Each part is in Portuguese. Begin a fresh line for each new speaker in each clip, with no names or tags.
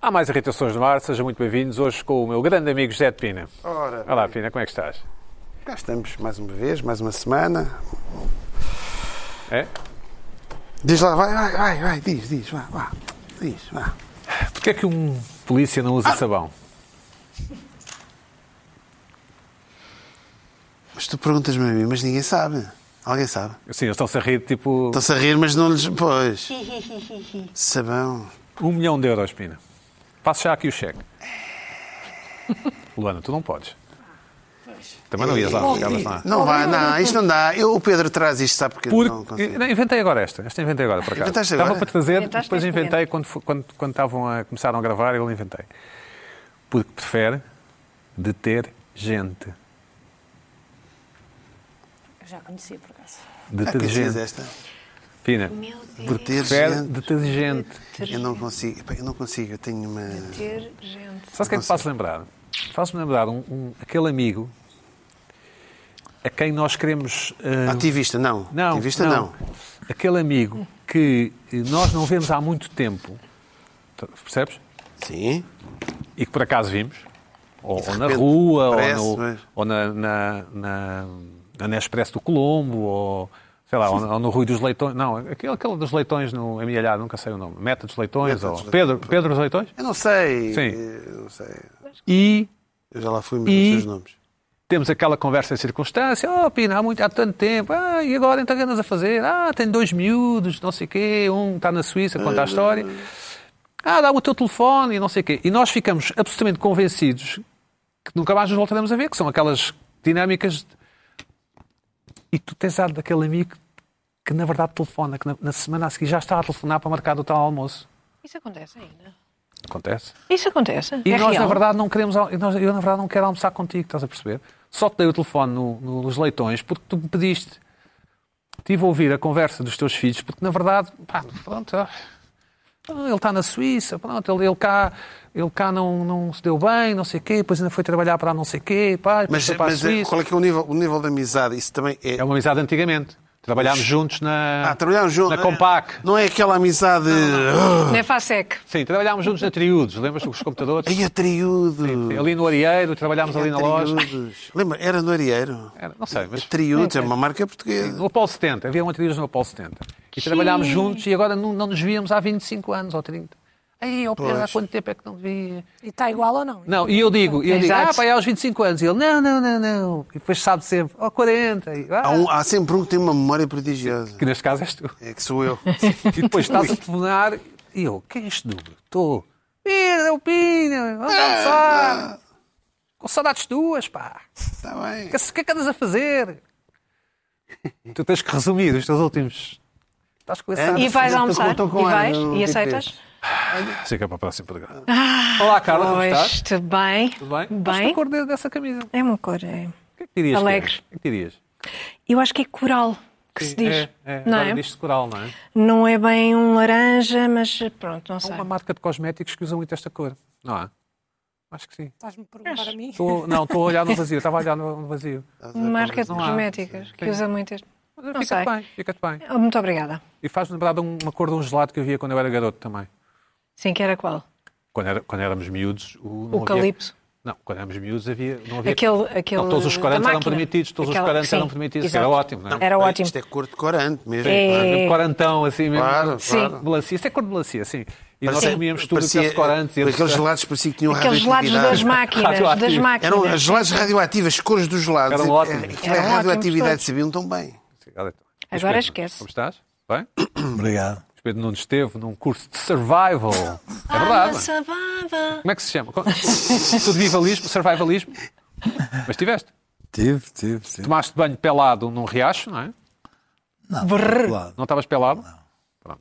Há mais irritações no ar, sejam muito bem-vindos hoje com o meu grande amigo José de Pina.
Ora,
Olá, Pina, como é que estás?
cá estamos mais uma vez, mais uma semana.
É?
Diz lá, vai, vai, vai, vai, diz, diz, vá, vá, diz, vá.
Porquê é que um polícia não usa sabão?
Mas tu perguntas-me a mim, mas ninguém sabe. Alguém sabe.
Sim, Assim, eles estão-se a rir tipo
Estão-se a rir, mas não lhes. Pois. Sabão.
um milhão de euros, Pina. Passo já aqui o cheque. Luana, tu não podes. Também não ias lá, ficavas lá.
Não vai, não, isto não dá. Eu, o Pedro traz isto, sabe porque.
Porque- é
Não consigo.
Não, inventei agora esta. Esta inventei agora, por acaso.
Inventaste
Estava
agora?
para trazer,
Inventaste
depois
neste
inventei quando, fo- quando, quando estavam a, começaram a gravar, eu inventei. Porque prefere deter gente.
Eu já conheci, por acaso.
Ah, que
Deter
diz
gente.
esta?
Pina,
Meu Deus.
Deter
prefere
gente.
deter gente.
Eu não consigo, Epá, eu não consigo, eu tenho uma.
Ter gente.
Sabe o que é que faço lembrar? Faço-me lembrar um, um- aquele amigo a quem nós queremos. ah,
Ativista, não.
Não,
Ativista, não.
Aquele amigo que eh, nós não vemos há muito tempo. T- Percebes?
Sim.
E que por acaso vimos. Ou, ou na
repente
rua, ou,
aparece,
no-
mas-
ou na, na, na, na Nespresso do Colombo, ou sei lá, ou, ou no Rui dos Leitões. Não, aquele, aquele dos Leitões no Emilhado, nunca sei o nome. Meta dos Leitões,
Meta
ou
dos Leitões.
Pedro, Pedro dos Leitões.
Eu não sei.
Sim.
Eu não sei.
E
Eu já lá fui, mas
E-
não sei os nomes.
temos aquela conversa em circunstância, oh Pina, há, muito, há tanto tempo, ah, e agora então o que andas a fazer? Ah, tenho dois miúdos, não sei o quê, um está na Suíça, conta a história. Ah, dá-me o teu telefone e não sei o quê. E nós ficamos absolutamente convencidos que nunca mais nos voltaremos a ver, que são aquelas dinâmicas... de- E tu tens dado daquele amigo que na verdade telefona, que na, na semana a seguir já está a telefonar para marcar o tal almoço.
Isso acontece ainda.
Acontece.
Isso acontece.
E
é
nós,
real.
na verdade, não queremos. al- e nós- eu, na verdade, não quero almoçar contigo, estás a perceber? Só te dei o telefone no- no- nos leitões porque tu me pediste. Estive a ouvir a conversa dos teus filhos porque, na verdade, pá, pronto. ah, Ele está na Suíça, pronto, ele, ele cá, ele cá não, não se deu bem, não sei o quê, depois ainda foi trabalhar para não sei o quê, pá, depois
Mas,
foi para a
mas eh,
Suíça.
qual é que é o nível, o nível da amizade? Isso também é.
É uma amizade antigamente. Trabalhámos juntos na,
Ah, trabalharam juntos.
na Compac.
Não é aquela amizade.
Não é FASEC.
Sim, trabalhámos juntos na Triudos, lembras-te dos computadores?
"Ah, Aí é a triúdos.
Ali no Arieiro, trabalhámos ali na loja.
é Triúdos. Lembra? Era no Arieiro.
Era- não sei, mas
Triúdos, é uma marca portuguesa.
No Apolo 70, havia um ateliê no Apolo 70. E trabalhámos juntos e agora não, não nos víamos há 25 anos ou 30. Aí, ó Pedro, há
Pois.
quanto tempo é que não via?
E está igual ou não?
Não, e eu digo, e eu digo
Exato.
ah, pai, aos 25 anos. E ele, não, não, não, não. E depois sabe sempre, ó 40. E, ah,
Há, um- há sempre um que tem uma memória prodigiosa.
Que neste caso és tu.
É que sou eu.
E depois estás a telefonar e eu, quem é este número? Estou, Pina, é o Pina, vamos almoçar. Com saudades tuas, pá.
Está Tá bem.
O que, que é que andas a fazer? tu tens que resumir os teus últimos... Estás com esse
É?
E vais
Eu tô com-
almoçar?
tô com
e vais?
ano,
E
tipo
aceitas?
este.
Fica é para o próximo programa. Olá, Carla, como estás?
Pois, tudo bem?
Tudo bem? Gosto da
Ah, Bem?
cor de- dessa camisa. O
É uma cor. é.
que é que dirias?
Alegre.
Pedro? O que é que dirias?
Eu acho que é coral que se diz.
É, é,
Não,
agora
é?
diz-se coral, não é?
não é bem um laranja, mas pronto, não
Há
sei.
uma marca de cosméticos que usa muito esta cor, não é? Acho que sim.
Estás-me a perguntar a mim?
Estou- não, estou a olhar no vazio, estava a olhar no no vazio.
Uma marca de
Não há.
cosméticos que
Sim.
usa muito este. Não
Fica-te
sei.
bem, fica-te bem.
Oh, Muito obrigada.
E faz-me lembrar de um- uma cor de um gelado que havia quando eu era garoto também.
Sim, que era
Ah,
qual?
Quando, era- quando éramos miúdos, o, não
O
havia-
calipso.
Não, quando éramos miúdos havia, não havia...
Aquele, aquele
não, todos os
da
corantes eram
máquina.
permitidos, todos
Aquela-
os corantes
sim,
eram permitidos, que
exato.
era ótimo, não é?
Era
Bem,
ótimo.
Isto é cor de corante mesmo.
É.
Um corantão, assim mesmo.
Claro,
Sim.
claro.
Melancia, isso é cor de melancia, sim. E nós
Parecia-
comíamos tudo
parecia-
aqueles corantes. e eles-
Aqueles gelados parecia que tinham
Aqueles lados das
radioatividade.
máquinas. Das
Radioativo.
máquinas.
Eram as gelados radioativas, cores dos gelados.
Eram
É-
ótimos.
Aquilo é
Eram ótimos
radioatividade,
todos.
sabiam tão bem.
Olha, então.
Agora
Luís Pedro,
esquece.
Como estás? Bem?
Obrigado.
Luís Pedro Nunes esteve num curso de survival. É verdade.
sabada.
Como é que se chama? Co- Survivalismo, survivalismo. Mas tiveste.
Tive, tive, tive.
Tomaste banho pelado num riacho, não é?
Claro.
Não estavas pelado? Pronto.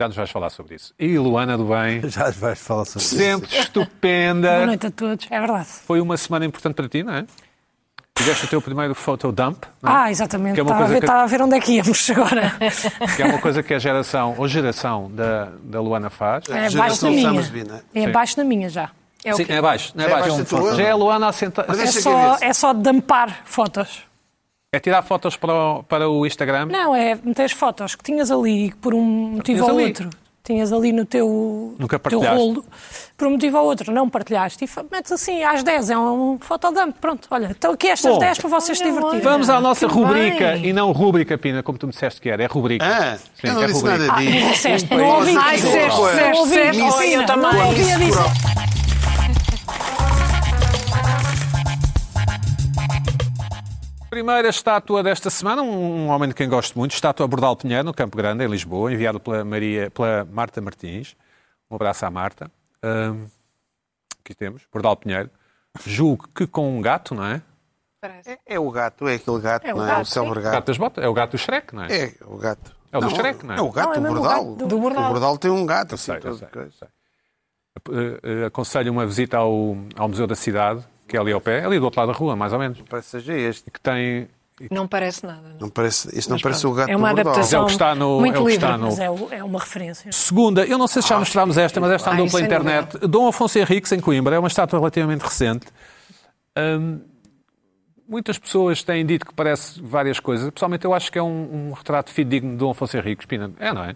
Já nos vais falar sobre isso. E Luana do Bem,
Já vais falar sobre
sempre
Boa
estupenda.
noite a todos, é verdade.
Foi uma semana importante para ti, não é? Tiveste o teu primeiro photodump, não é?
Ah, exatamente.
Que é uma
estava, a
coisa
ver,
que-
estava a ver onde é que íamos agora.
que é uma coisa que a geração, ou geração da, da Luana faz.
É abaixo
Geração
da minha.
Summersby, não é?
É abaixo da minha já.
É o
Sim,
quê?
é abaixo. Não é
Já é
abaixo.
abaixo da tua?
Já é a Luana a sentar.
Mas
É
Deixa
só,
cabeça.
é só dampar fotos.
É tirar fotos para o, para o Instagram.
Não, é meter as fotos que tinhas ali e que por um motivo
Tinhas
ou
ali.
outro. tinhas ali no teu,
Nunca
teu
partilhaste.
rolo, por um motivo ou outro, não partilhaste. E fa- metes assim, às 10, é um fotodump. Pronto, olha, estão aqui estas
Bom,
10 para vocês se
olha,
divertirem.
Vamos à nossa
que
rubrica,
bem.
e não rúbrica, Pina, como tu me disseste que era. É rubrica.
Ah,
Sim,
eu não
é
disse
rubrica.
nada disso.
Disseste, não Ah, ouvi.
Ai, disseste,
Não
disseste,
ouvi.
disseste.
Não ouvi.
Olha, eu também.
Não ouvi a dizer.
Primeira estátua desta semana, um, um homem de quem gosto muito, estátua Bordal Pinheiro, no Campo Grande, em Lisboa, enviado pela, Maria, pela Marta Martins. Um abraço à Marta. Ahm, aqui temos, Bordal Pinheiro. Julgo que com um gato, não é?
Parece.
É, é o gato, é aquele gato,
É o
não é?
gato,
o célebre
O gato
gato.
das botas, é o gato do Shrek, não é?
É, o gato.
É o do Shrek, não é?
É o
Não, é
gato, o
mesmo o
bordal.
gato do-
Do
O
Bordal.
bordal tem um gato.
Eu
assim,
sei, eu
todo-
sei, eu sei. Eh, eh, Aconselho uma visita ao, ao Museu da Cidade, que é ali ao pé, ali do outro lado da rua, mais ou menos,
Parece que seja este.
que tem...
Não parece nada. não. é?
Não parece, este não
Mas
parece
pronto,
o gato
é uma
do bordal.
Mas é o que está no...
Muito
é o que está
livre,
no
Mas é, o- é uma referência.
Segunda, eu não sei
Ah,
se já mostrámos esta, mas esta
Ai,
andou pela
sem
internet. Dom Afonso Henriques, em Coimbra, é uma estátua relativamente recente. Hum, muitas pessoas têm dito que parece várias coisas. Pessoalmente, eu acho que é um, um retrato fidedigno de Dom Afonso Henriques. Pina. É, não é?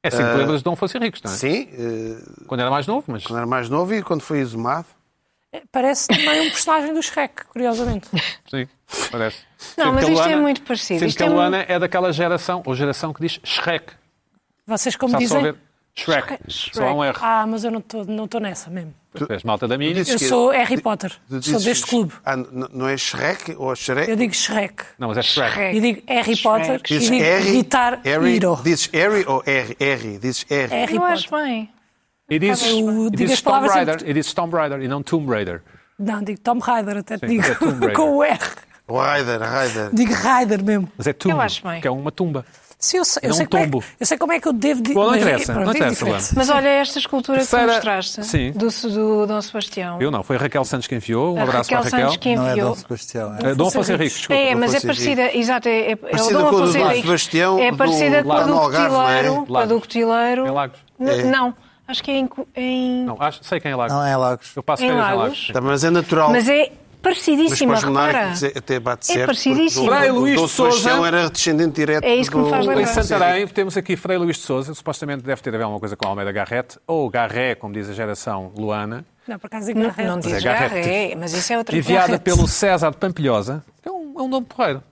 É assim que te lembras de Dom Afonso Henriques, não é?
Sim, eh,
Quando era mais novo, mas...
quando era mais novo e quando foi exumado.
É, Parece também um personagem do Shrek, curiosamente.
Sim, parece.
Não,
Sendo
mas
que a
isto é
Luana-
muito parecido.
Sendo
Isto
que a
é um-
Luana é daquela geração, ou geração que diz Shrek.
Vocês como
Está só a
dizem...
ver? Shrek. Só há um R.
Ah, mas eu não estou não estou nessa mesmo.
Tu és malta da minha.
dizes
Eu
que-
sou
é
Harry Potter.
tu
Sou
dizes-
deste clube.
Ah, n- não é Shrek ou Shrek?
Eu digo Shrek.
Não, mas é Shrek.
E digo Harry Potter. E
Dizes
digo
R,
Guitar
R,
Hero.
Dizes R ou R? R, dizes R.
Harry
Eu
Potter.
acho bem.
E diz,
Eu
e
digo
diz
as
Tomb
palavras
Raider,
sempre-
e diz Tomb Raider e não Tomb Raider.
Não, digo Tom Raider, até te
Sim,
digo.
é Tomb Raider.
Com o R.
Ou Raider, Raider.
Digo Raider mesmo.
Mas é Tomb,
Eu acho bem.
que é uma tumba.
Se eu, sei- eu
Não
sei como é,
tombo.
que- eu sei como é que eu devo dizer.
Bom, não interessa, não interessa,
Mas olha, esta escultura que tu
Terceira-
mostraste
Sim.
do, do Dom Sebastião.
Eu não, foi a Raquel Santos que enviou. Um
a
abraço
Raquel
para a Raquel.
Santos que
Não é
enviou.
Dom Sebastião.
Eh,
É.
Dom Afonso Henriques, desculpa.
É, mas é
Afonso
parecida, exato, é, é, é o
Parecida
Dom
com a do
Afonso
Dom
Henriques.
Sebastião,
É
do-
parecida com
lá no
a do
Algarve, não é?
Cotileiro. Com a do
Lagos.
Cotileiro.
É Em Lagos.
N- Não, acho que é em. co- em-
Não, acho, sei quem é Lagos.
Não é Lagos.
Eu passo
Em
férias
Lagos.
em Lagos.
Tá, mas é natural.
Mas é
Mas para
parecidíssima,
os
repara.
monárquicos é- até bate
É
certo.
parecidíssimo.
porque o-
Frei
o- o
Luís
Dom
de
Sebastião
Sousa-
era descendente direto
É isso que me
do-
faz
Em
lembrar.
Santarém temos aqui Frei Luís de Souza, supostamente deve ter a ver alguma coisa com Almeida Garrett, ou Garré, como diz a geração Luana,
Não, por acaso digo
Não,
Harry
não
Potter.
diz
é
garra,
garrete.
é, mas isso é outra
enviada
garrete.
pelo César de Pampilhosa. É um, é um nome porreiro.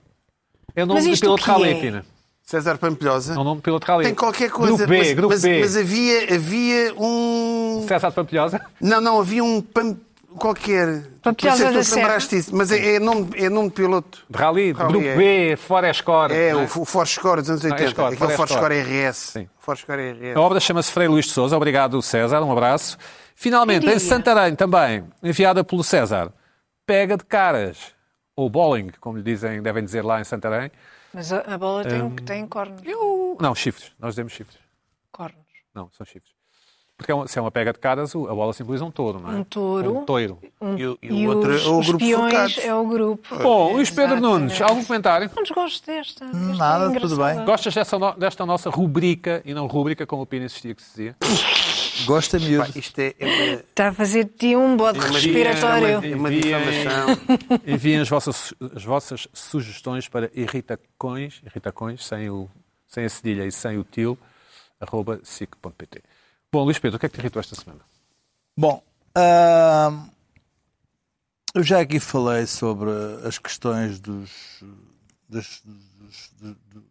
É um nome
Mas
de
isto
piloto
o que
rally,
é?
Pina.
César Pampilhosa.
É um nome de piloto rally.
Tem qualquer coisa.
Grupo B,
mas,
Grupo
mas,
B.
mas é- havia, havia um.
César de Pampilhosa.
Não, não, havia um pam... qualquer.
Pampilhosa
Não sei
da
se tu te
Serra.
lembraste disso, mas é, é nome, é nome de piloto.
De rally, de
Rally,
grupo
é.
B, fora é score.
É,
não
o F- o Ford Score dos anos
Não, é
80.
Score,
aquele
Ford
Ford
Score.
Score RS.
Sim. Então,
Ford Score RS.
A obra chama-se Frei Luís de Souza. Obrigado, César. Um abraço. Finalmente, em Santarém também, enviada pelo César, pega de caras, ou bowling, como lhe dizem, devem dizer lá em Santarém.
Mas a, a bola tem, um... tem cornos.
Hum.
Uh.
Eu... Não, chifres. Nós dizemos chifres.
cornos.
Não, são chifres. Porque é uma- se é uma pega de caras, o- a bola simboliza um touro, não é?
Um touro.
Um touro.
E, o- e
E,
o outro
os,
é o
os
grupo
peões
Focados.
é o grupo.
Bom, Luís Pedro
Exatamente.
Nunes, algum comentário?
Não desgosto desta. esta é
Nada, tudo
engraçada.
bem.
Gostas dessa, no- desta nossa rubrica, e não rúbrica, como o Pina insistia que se dizia?
Gosta
Pá,
miúdo.
Isto é, é uma,
Está a fazer de ti um bode
Respiratório.
respiratório.
é uma
Enviem-
difamação.
Enviem as vossas, as vossas sugestões para irritacões, irritacões sem, o, sem a cedilha e sem o til, arroba sic.pt. Bom, Luís Pedro, o que é que te irritou esta semana?
Bom, ahm, eu já aqui falei sobre as questões dos, das, dos- do- do-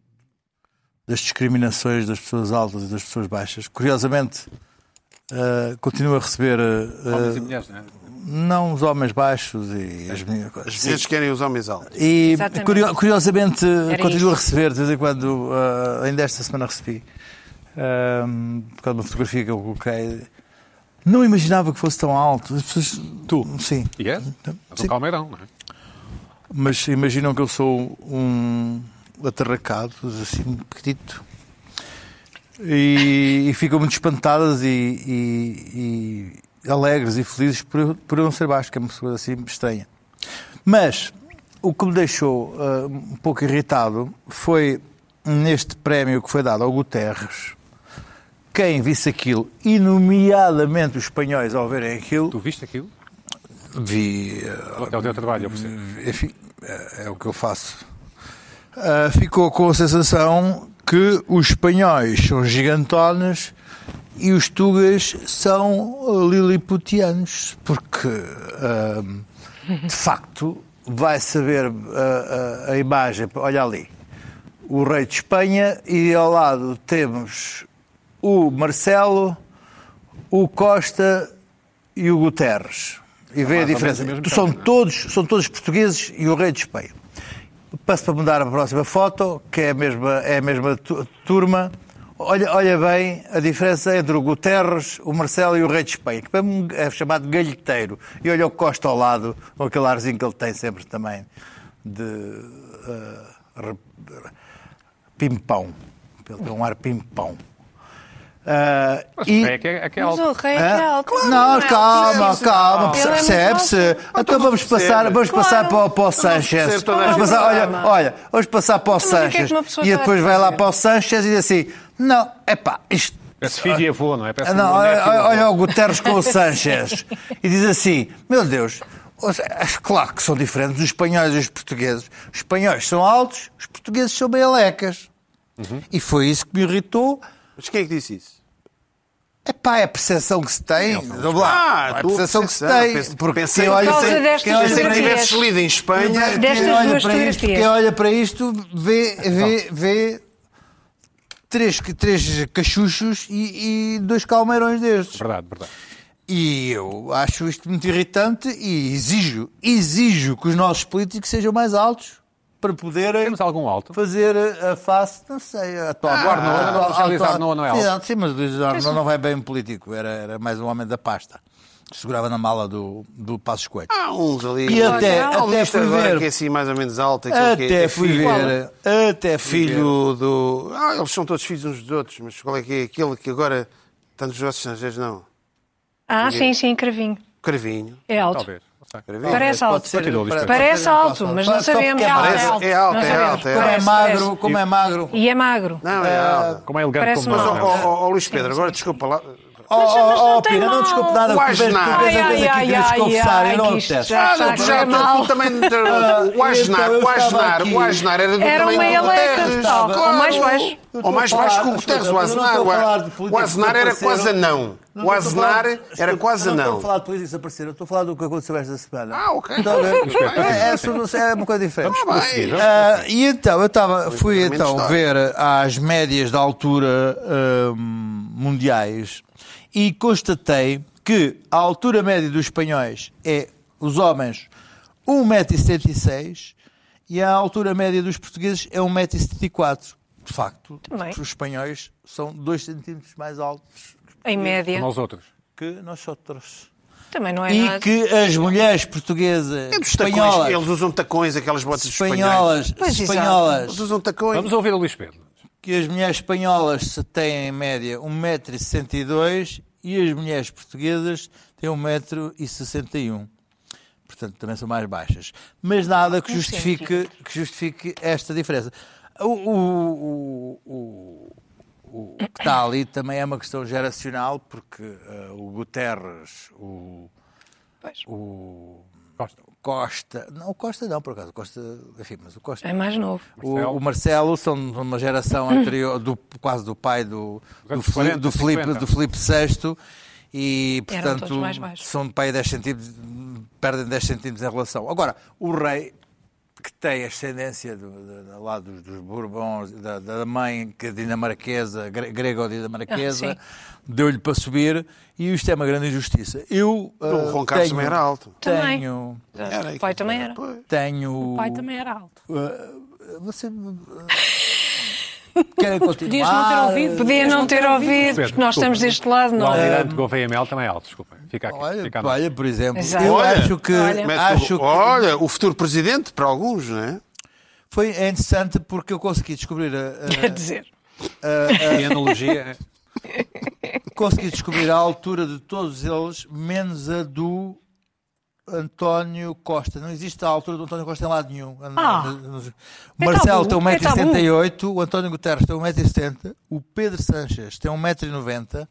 das discriminações das pessoas altas e das pessoas baixas. Curiosamente, ah, continuo a receber ah,
Homens e mulheres, não é?
não os homens baixos e as minhas coisas.
Os vezes querem os homens altos.
E
Exatamente.
curio- curiosamente
Era
continuo
isso.
a receber, de vez em quando, ah, ainda esta semana recebi, ah, por causa de uma fotografia que eu coloquei. Não imaginava que fosse tão alto. As pessoas. Tu? Sim.
E és? És um
Então, Sim.
calmeirão, não é?
Mas imaginam que eu sou um atarracado, assim, pequenito. E, e ficam muito espantadas e, e- e alegres e felizes por, eu- por eu não ser baixo, que é uma pessoa assim estranha. Mas o que me deixou ah, um pouco irritado foi neste prémio que foi dado ao Guterres. Quem visse aquilo, e nomeadamente os espanhóis ao verem aquilo,
Tu viste aquilo?
vi ah,
Até o teu trabalho, eu percebo.
enfim, é é o que eu faço. Ah, ficou com a sensação que os espanhóis são gigantones e os tugas são liliputianos, porque ahm, de facto vai saber ah, a, a- a imagem, olha ali, o rei de Espanha e ao lado temos o Marcelo, o Costa e o Guterres. E vê a
mais ou
diferença.
menos o é mesmo
São
tamanho,
todos, são todos portugueses e o rei de Espanha. Passo para mudar a próxima foto, que é a mesma, é a mesma tu- turma. Olha, olha bem a diferença entre o Guterres, o Marcelo e o rei de Espanha, que para mim é chamado galheteiro. E olha o Costa ao lado, com aquele arzinho que ele tem sempre também, de eh, re- pimpão. Ele tem um ar pimpão. Ah,
Mas
e-
o rei é que é, é que é
Mas
alto.
o rei
Hã?
é alto.
não,
é
calma,
altíssimo.
calma,
Ele é muito
percebe-se.
alto.
então vamos passar, vamos passar para, o- para o Sanchez.
percebe toda a
Vamos
gente.
passar, olha, olha, vamos passar para o
Então, mas o que é
Sanchez.
que uma pessoa
E
está a
depois vai lá para o Sanchez e diz assim: não, epá, isto.
Esse filho e avô, não é? Parece
Ah, Não,
um
olha,
boneco e um avô.
olha o Guterres com o Sanchez e diz assim: Meu Deus, os- claro que são diferentes os espanhóis e os portugueses. Os espanhóis são altos, os portugueses são belecas. E foi isso que me irritou.
Mas quem é que disse isso?
Epá, é a percepção que se
É, um
tem. vamos
Ah,
lá, é a
tua
percepção que se
percepção.
tem.
Pense-
porque
pensei-
quem olha,
Por causa
para-
destas
quem olha
Se
para
não
fotografias.
tivesses lido em Espanha,
Destas
quem olha
duas
para isto,
fotografias. Então.
quem olha para isto vê, vê, vê três, três cachuchos e, e dois calmeirões destes.
Verdade, verdade.
E eu acho isto muito irritante e exijo, exijo que os nossos políticos sejam mais altos para poderem
Temos algum alto?
fazer a a face, não sei, a atual.
Ah, o Arnaud,
a
o Luís Arnaud não é
Sim,
alto.
Sim, mas o Luís Arnaud não vai bem um político, era, era mais um homem da pasta. Segurava na mala do, do Passos Coelho.
há uns ali.
E até-
Há um
até
ministro
fui
agora
ver.
que é assim mais ou menos alto. aquele que é-
Até
é
fui
filho-
ver, até fui ver.
Filho do. Ah, eles são todos filhos uns dos outros, mas qual é que é aquele que agora está nos nossos estrangeiros? Não.
Ah, sim, sim, Cravinho.
Cravinho.
É alto.
Talvez. Não sei.
Cravinho.
Parece alto. Parece alto, mas não sabemos.
É
Parece-
alto.
é alto,
Não
é
sabemos.
alto, é
Como é
Parece,
magro,
parece.
como é magro.
E é magro.
Não, é
Ah,
alto.
Como é elegante
Parece
como
Mas,
mal.
ó,
não.
ó, ó, ó, Luís Pedro, agora desculpa lá.
Oh,
mas
oh,
não
oh,
tem
Pina, não
mal.
desculpe nada. Tu
Quase
vês
nada.
aqui
Ai, ai,
queremos
ai,
conversar e
ai,
não
que isto
apetece.
já-
Ah, não, tu já,
Está mal.
tu também. O
então
Aznar,
eu
o
estava
Aznar,
aqui.
o Aznar era do
Era
tamanho
uma
do
eleca,
Guterres.
tal, ou mais baixo.
Eu
Ou
estou
mais
a falar-
baixo que o Guterres, o
escuta, eu não
Aznar.
estou a falar de
O, o
políticos que
Aznar era
apareceram.
quase anão.
Não
O
estou a falar-
Aznar era
escuta,
quase
eu não
anão.
estou a falar de políticos que apareceram, eu estou a falar do que aconteceu esta semana.
Ah, ok.
Está a ver?
Luís Pedro,
É, é sobre- é uma coisa diferente.
Vamos prosseguir, vamos
Ah, e então, eu estava, fui
menos
então
tarde.
ver as médias da altura ahm, mundiais e constatei que a altura média dos espanhóis é, os homens, 1,76m e a altura média dos portugueses é 1,74m. De facto,
Também.
os espanhóis são 2 cm mais altos
Em média.
Nós outros.
que nós outros.
Também não é
E
nada.
que as mulheres portuguesas,
É dos tacões.
espanholas,
Eles usam tacões, aquelas botas espanholas.
espanholas,
Pois, exato.
espanholas,
Eles usam tacões.
Vamos ouvir o Luís Pedro.
que as mulheres espanholas se têm em média 1,62m e as mulheres portuguesas têm 1,61m. Portanto, também são mais baixas. Mas nada que justifique, que justifique esta diferença. O, o- o- o- o que está ali também é uma questão geracional, porque eh, o Guterres, o,
Pois.
o
Costa.
Costa, não, o Costa não, por acaso, o Costa, enfim, mas o Costa
É mais novo.
o
Marcelo.
o Marcelo são de uma geração anterior, do, quase do pai do, do,
anos
Fili-
40,
do Filipe,
50.
do Filipe VI e,
Eram
portanto,
todos mais baixos.
são de pai 10 centímetros, perdem 10 centímetros em relação. Agora, o rei que tem ascendência do, do- do- lá dos, dos Bourbons, da, da mãe que é dinamarquesa, gre- grega ou dinamarquesa,
Ah, sim.
deu-lhe para subir e isto é uma grande injustiça. Eu
Então, O
ah,
Ron Carlos
tenho,
também era alto.
Também.
tenho,
Era,
O pai também era.
Pois.
tenho
O pai também era alto.
Eh, você. eh, Querem continuar?
Podias não ter
Podia
ouvido. Podias
não ter ouvido,
Pedro,
porque nós estamos
desculpa.
deste lado,
O
não é?
almirante Gouveia Mel também é alto, desculpem. Fica aqui.
Olha,
fica a nota.
olha, por exemplo,
Exato.
eu
Olha,
acho que.
olha.
Mete
Acho
o-
que
Olha, o futuro presidente, para alguns, não é?
foi interessante porque eu consegui descobrir. eh, A,
Quer dizer.
E a analogia é
a- consegui descobrir a altura de todos eles, menos a do. António Costa, não existe a altura do António Costa em lado nenhum.
Ah.
O Marcelo
tabu,
tem
é tabu.
1,78m, o António Guterres tem 1,70m, o Pedro Sanches tem 1,90m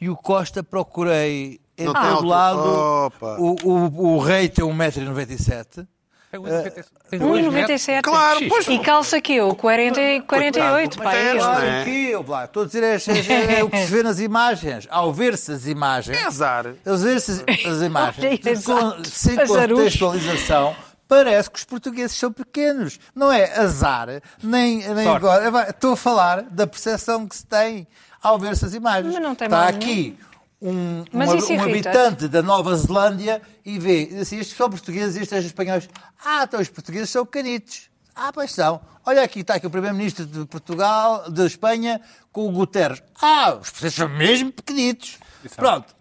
e o Costa procurei em
Não tem
todo
altura.
lado.
Opa.
um O, o, o rei tem 1,97m
Tem 1,97. Tem dois metros.
1,97.
Claro, pois.
E calça que eu? 40, e 48,
Mas é
pai.
esta,
Claro
não é?
que eu, Vlad, estou a dizer é, é, é o que se vê nas imagens. Ao ver-se as imagens,
É azar.
às vezes as
Olha,
imagens
é
sem con-
exato.
sem
Azarucho.
contextualização parece que os portugueses são pequenos não é azar nem nem
Sorte.
agora Vai, estou a falar da percepção que se tem ao ver essas imagens
Mas não tem
está
mal
aqui um, um
Mas
hab-
isso
um
irrita.
habitante da Nova Zelândia e vê diz assim, estes são portugueses estes são espanhóis ah então os portugueses são canitos ah pois são olha aqui está aqui o primeiro-ministro de Portugal de Espanha com o Guterres ah os portugueses são mesmo pequenitos pronto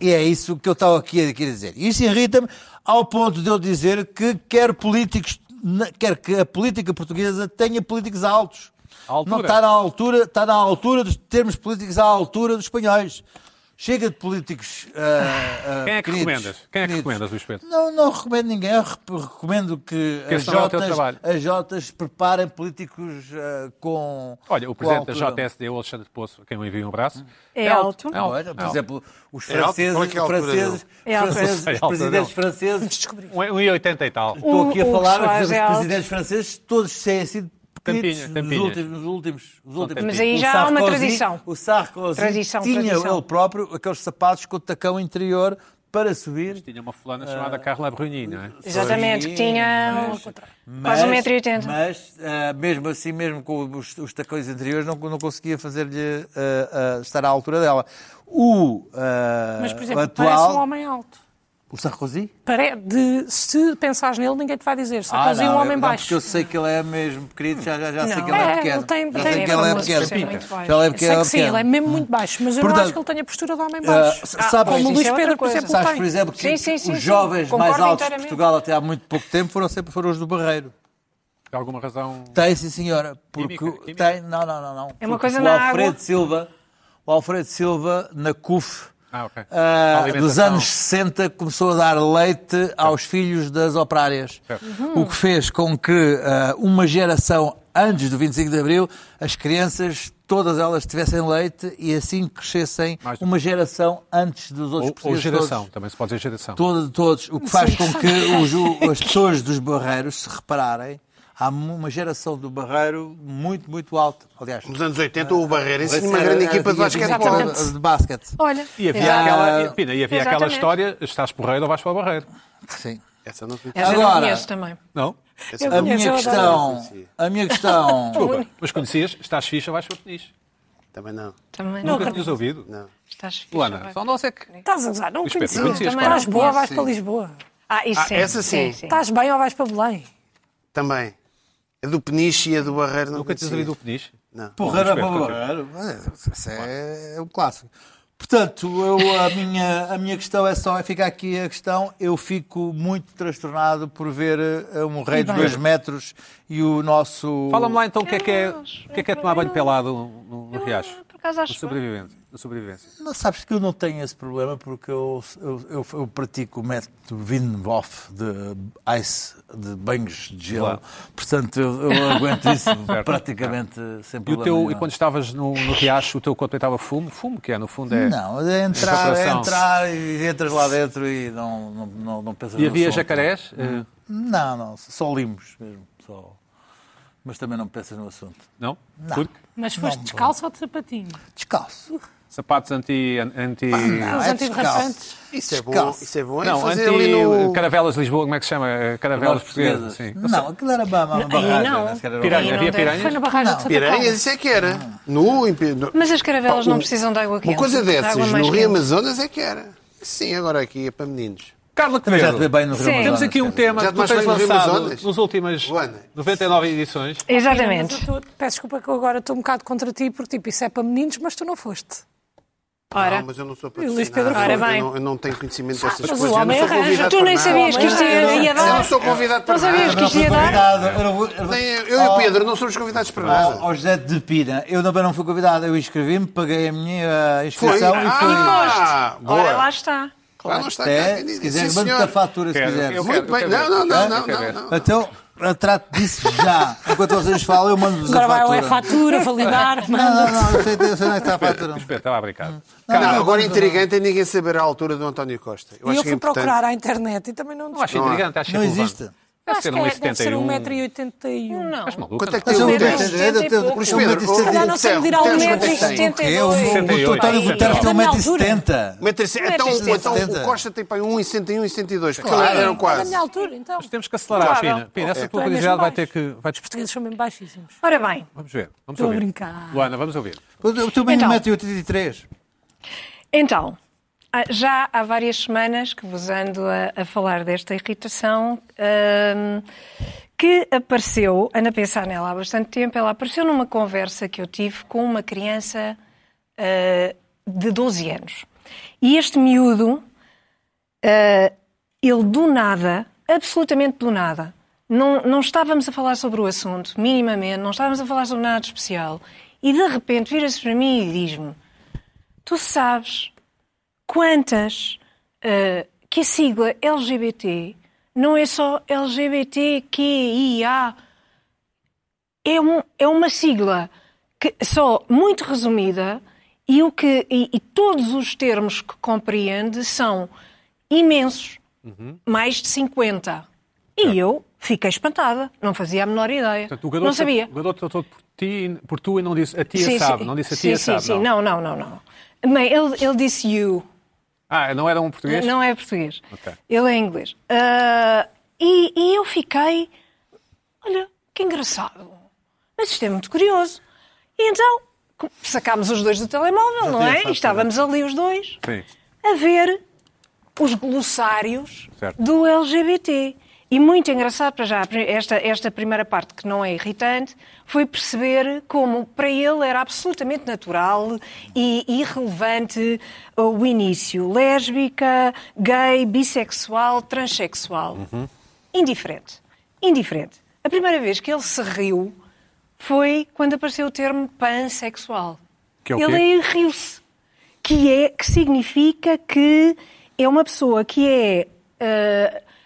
e é isso que eu estava aqui a querer dizer. Isso irrita-me ao ponto de eu dizer que quer políticos, quer que a política portuguesa tenha políticos altos.
À altura.
Não está na altura, está na altura de termos políticos à altura dos espanhóis. Chega de políticos. ah, ah,
Quem é que
queridos,
recomendas? Quem é que
queridos.
recomendas, Luís Pedro?
Não, não recomendo ninguém. Eu re- recomendo que,
Que
as,
esse não é o teu
Jotas,
trabalho.
as Jotas preparem políticos ah, com.
Olha, o
com
presidente da
altura. Hum.
JSD, o Alexandre Poço, a quem eu envio um abraço,
É alto.
É alto.
Olha, por
É alto.
exemplo, os
É alto?
franceses,
Qual é que é a
os
altura
franceses,
É alto.
franceses,
É
os
alto,
presidentes
não.
franceses,
Um- 1,80 e tal.
estou aqui a
O- o
falar,
Soares
mas os
é alto.
presidentes franceses todos têm sido pequenitos
Tampinha,
nos
tampinha.
últimos, nos últimos, nos últimos.
Mas
aí
O
já há uma
Sarkozy-
tradição.
O Sarkozy
Tradição,
tinha
tradição.
ele próprio aqueles sapatos com o tacão interior para subir.
Tinha uma
Ah.
fulana chamada Carla Bruni, não é?
Exatamente, que
Sim,
tinha
mas-
quase 1,80m.
Mas, ah, mesmo assim, mesmo com os, os tacões anteriores, não, não conseguia fazer-lhe ah, ah, estar à altura dela. O, ah,
Mas, por exemplo,
atual...
parece um homem alto.
O Sarkozy?
Pare- de- se pensares nele, ninguém te vai dizer. Sarkozy é um
Ah, não,
homem
não,
baixo.
porque eu sei que ele é mesmo pequeno, já, já, já sei
Não.
que ele é
É,
pequeno.
ele
já
tem-
sei
tem-
que
é
ele é
famoso por
pequeno.
ser muito
baixo.
Já ele é
Eu sei
pequeno.
que sim, ele é mesmo muito baixo, mas eu
Portanto,
não acho que ele tenha postura de homem
Ah,
baixo.
s- sabes,
Como o
isso
Luís
é outra
Pedro, por
coisa.
exemplo,
sabes,
tem.
por exemplo, que
Sim, sim, sim,
os
sim.
jovens
Concordo
mais altos de
inteiramente.
Portugal até há muito pouco tempo foram sempre foram os do Barreiro.
Por alguma razão.
Tem, sim, senhora. Porque
Química, química.
tem. Não, não, não, não.
É
Porque
uma coisa
o
na
Alfredo
água.
Silva, o Alfredo Silva, na CUF,
Ah, ok.
ah,
Alimentação.
dos anos 60, começou a dar leite aos filhos das operárias.
Certo.
O que fez com que ah, uma geração antes do 25 de Abril, as crianças, todas elas, tivessem leite e assim crescessem
Mais do
uma geração antes dos outros
Ou, ou
portugueses
geração,
todos.
também se pode dizer geração.
Todo, todos. O que faz com que os- o- as pessoas dos barreiros se repararem. Há mu- uma geração do barreiro muito, muito alta. Aliás,
Nos anos 80, o Barreira ensinou uma
era-
grande
era-
equipa de
era-
basquetebol.
De basquete.
Olha,
E havia,
exato.
aquela, e, Pina, e havia aquela
Ah, Exatamente.
história: estás porreiro ou vais para o barreiro?
Sim.
Essa não conhecia.
Essa eu não
Agora-
conheço também.
Não?
Essa
A
não
minha
conhecia.
questão. A minha questão.
Desculpa, mas conhecias? Estás ficha ou vais para o Peniche?
Também não.
Também não.
Nunca tinhas ouvido?
Não.
Estás fixe,
Luana,
vai.
só nós é que.
Estás a usar, não
Luís Pedro,
conhecia.
conhecias,
Estás
claro.
boa, vais
Sim.
para Lisboa.
Ah, isso
Ah,
sim.
essa sim.
Estás bem ou vais para Belém?
Também. A do Peniche e a do Barreiro não
Nunca tinhas
conhecia.
ouvido o Peniche?
Não.
Porreiro é
Respeito,
para barreiro. Mas Isso é um clássico. Portanto, eu, a, minha, a minha questão é só, é ficar aqui a questão, eu fico muito transtornado por ver eh, um rei de
bem.
dois metros e o nosso...
Fala-me lá então o que é que é,
Eu não acho.
o que é, que é tomar banho pelado no, no
Eu,
riacho?
por acaso, acho
No sobrevivente. Na sobrevivência.
Não, sabes que eu não tenho esse problema porque eu, eu, eu- eu pratico o método Vinhof de ice, de banhos de gelo.
Claro.
Portanto, eu, eu aguento isso
Certo.
praticamente sem
E, o
problema.
teu,
nenhum.
e quando estavas no, no riacho, o teu corpo estava fumo? Fumo, que é, no fundo é.
Não, é entrar, é
Evaporação.
entrar e entras lá dentro e não, não, não, não pensas
E
no
havia
assunto.
jacarés? Eh,
Não, não, só limos mesmo. Só. Mas também não pensas no assunto.
Não? Porque?
Mas foste descalço ou de sapatinho?
Descalço.
Sapatos anti. anti...
Não,
Os
é
antiderrapantes.
descalço.
Isso é bom.
Descalço.
Isso é bom. É
Não,
fazer
anti.
ali no...
Caravelas de Lisboa, como é que se chama? Eh, Caravelas
Nós
portuguesas. Sim.
portugueses. Não, aquilo era uma uma barragem.
não.
nem sequer era uma
Piranha,
não
havia
deve-
piranhas?
Foi na barragem de Santa
Piranhas,
Paula.
isso é que era. No... em pi- no-
Mas as caravelas não
Um-
precisam de água quente.
Uma coisa dessas,
Água mais
no Rio
quente.
Amazonas é que era. Sim, agora aqui é para meninos.
Carla
Também já te vê
Quevedo,
bem no Rio
Sim.
Amazonas.
temos aqui um tema
Já
que tu
tomaste
tens
banho no Rio
lançado
Amazonas?
nos últimos
Luana.
99 edições.
Mas eu
Exatamente.
estou- Peço desculpa que eu agora estou um bocado contra ti, porque tipo, isso é para meninos, mas tu não foste.
Ora.
Não, mas eu não sou
E o Luís
patrocinado,
Pedro
eu
Ora bem.
não- Eu não tenho conhecimento
Ah,
dessas
mas o
coisas. eu
homem
não sou
arranja.
convidado
Tu
para
nem
nada.
sabias que isto ia- ia
Eu não
dar.
sou convidado para
Não sabias
nada.
que isto ia dar.
Convidado, eu não vou- eu não vou-
Nem eu, eu e o Pedro não somos convidados para
Ao,
nada.
ao José de Pina, eu também não fui convidado, eu inscrevi-me, paguei a minha ah, inscrição e fui.
Ah,
Ora, lá
boa.
está.
Lá não está cá
Até,
quem diz
se
isso.
quiser,
Sim,
manda
senhor.
a fatura se
Quero,
quiser.
eu
Muito
quero ver.
bem. Não, não,
Hã?
não, não,
Eu quero
não.
Então, eu trato disso já. Enquanto vocês falam, eu mando-vos a
Agora vai ao
fatura.
E-Fatura validar.
Não, não, não, eu sei, eu sei onde é que está a fatura.
Espera, tá estava a brincar.
Não, agora intrigante é ninguém saber a altura do António Costa. Eu
E
acho
eu
que é
fui
importante.
procurar à internet e também não
Não acho intrigante, acho
Não
irrelevante.
existe.
Deve
acho
ser
que é, deve ser
1,71.
1,81m.
não.
Mas maluco,
Quanto é que
Mas
tem
tá eu
o
não
Pedro,
tenho
Guterres?
setenta
ideia
e
de
pouco.
Luís
Luís Pedro,
Pedro.
o-
isto é-
calhar não sei
Guterres,
medir ao
Guterres,
metro
quanto é que tem?
70.
Eu, o
78.
António Guterres tem
Da
1,70m.
minha
Um metro e se- Então,
metro e setenta.
então o Costa tem para 1,71 e 1,72. Porque Ah, eram
Da
quase.
minha altura, então. Os
Temos que acelerar,
Claro.
Pina. Pina, essa
Tu é
tua curiosidade
mesmo
vai
baixo.
ter que. Vai...
portugueses são mesmo baixíssimos.
Ora bem,
Vamos ver. Vamos
Estou a
ouvir.
brincar.
Luana, vamos ouvir.
O teu menino
Então.
1,83m.
Então, há- já há várias semanas que vos ando a, a falar desta irritação hum, que apareceu, ando a pensar nela há bastante tempo, ela apareceu numa conversa que eu tive com uma criança ah, de 12 anos. E este miúdo, ah, ele do nada, absolutamente do nada, não, não estávamos a falar sobre o assunto, minimamente, não estávamos a falar sobre nada de especial. E de repente vira-se para mim e diz-me tu sabes quantas ah, que a sigla LGBT não é só LGBTQIA, é, um, é uma sigla que, só muito resumida e, o que, e, e todos os termos que compreende são imensos,
Uhum.
mais de 50. E eu fiquei espantada, não fazia a menor ideia,
Portanto, o garoto,
não sabia.
O garoto tratou por, ti, por tu e não disse a tia
Sim,
sabe.
sim.
Não disse a
sim,
tia
sim,
sabe.
Sim,
não.
não, não, não, não. Mas ele, ele disse you.
Ah, não era um português?
Não é português.
Ok.
Ele é inglês. Ah, e, e eu fiquei. Olha, que engraçado. Mas isto é muito curioso. E então co- sacámos os dois do telemóvel, não é? E estávamos ali os dois
Sim.
a ver os glossários
Certo.
do LGBT. E muito engraçado para já, esta, esta primeira parte que não é irritante, foi perceber como para ele era absolutamente natural e irrelevante uh, o início lésbica, gay, bissexual, transexual. Indiferente. Indiferente. A primeira vez que ele se riu foi quando apareceu o termo pansexual.
Que é o
ele
quê?
aí riu-se. Que, é, que significa que é uma pessoa que é,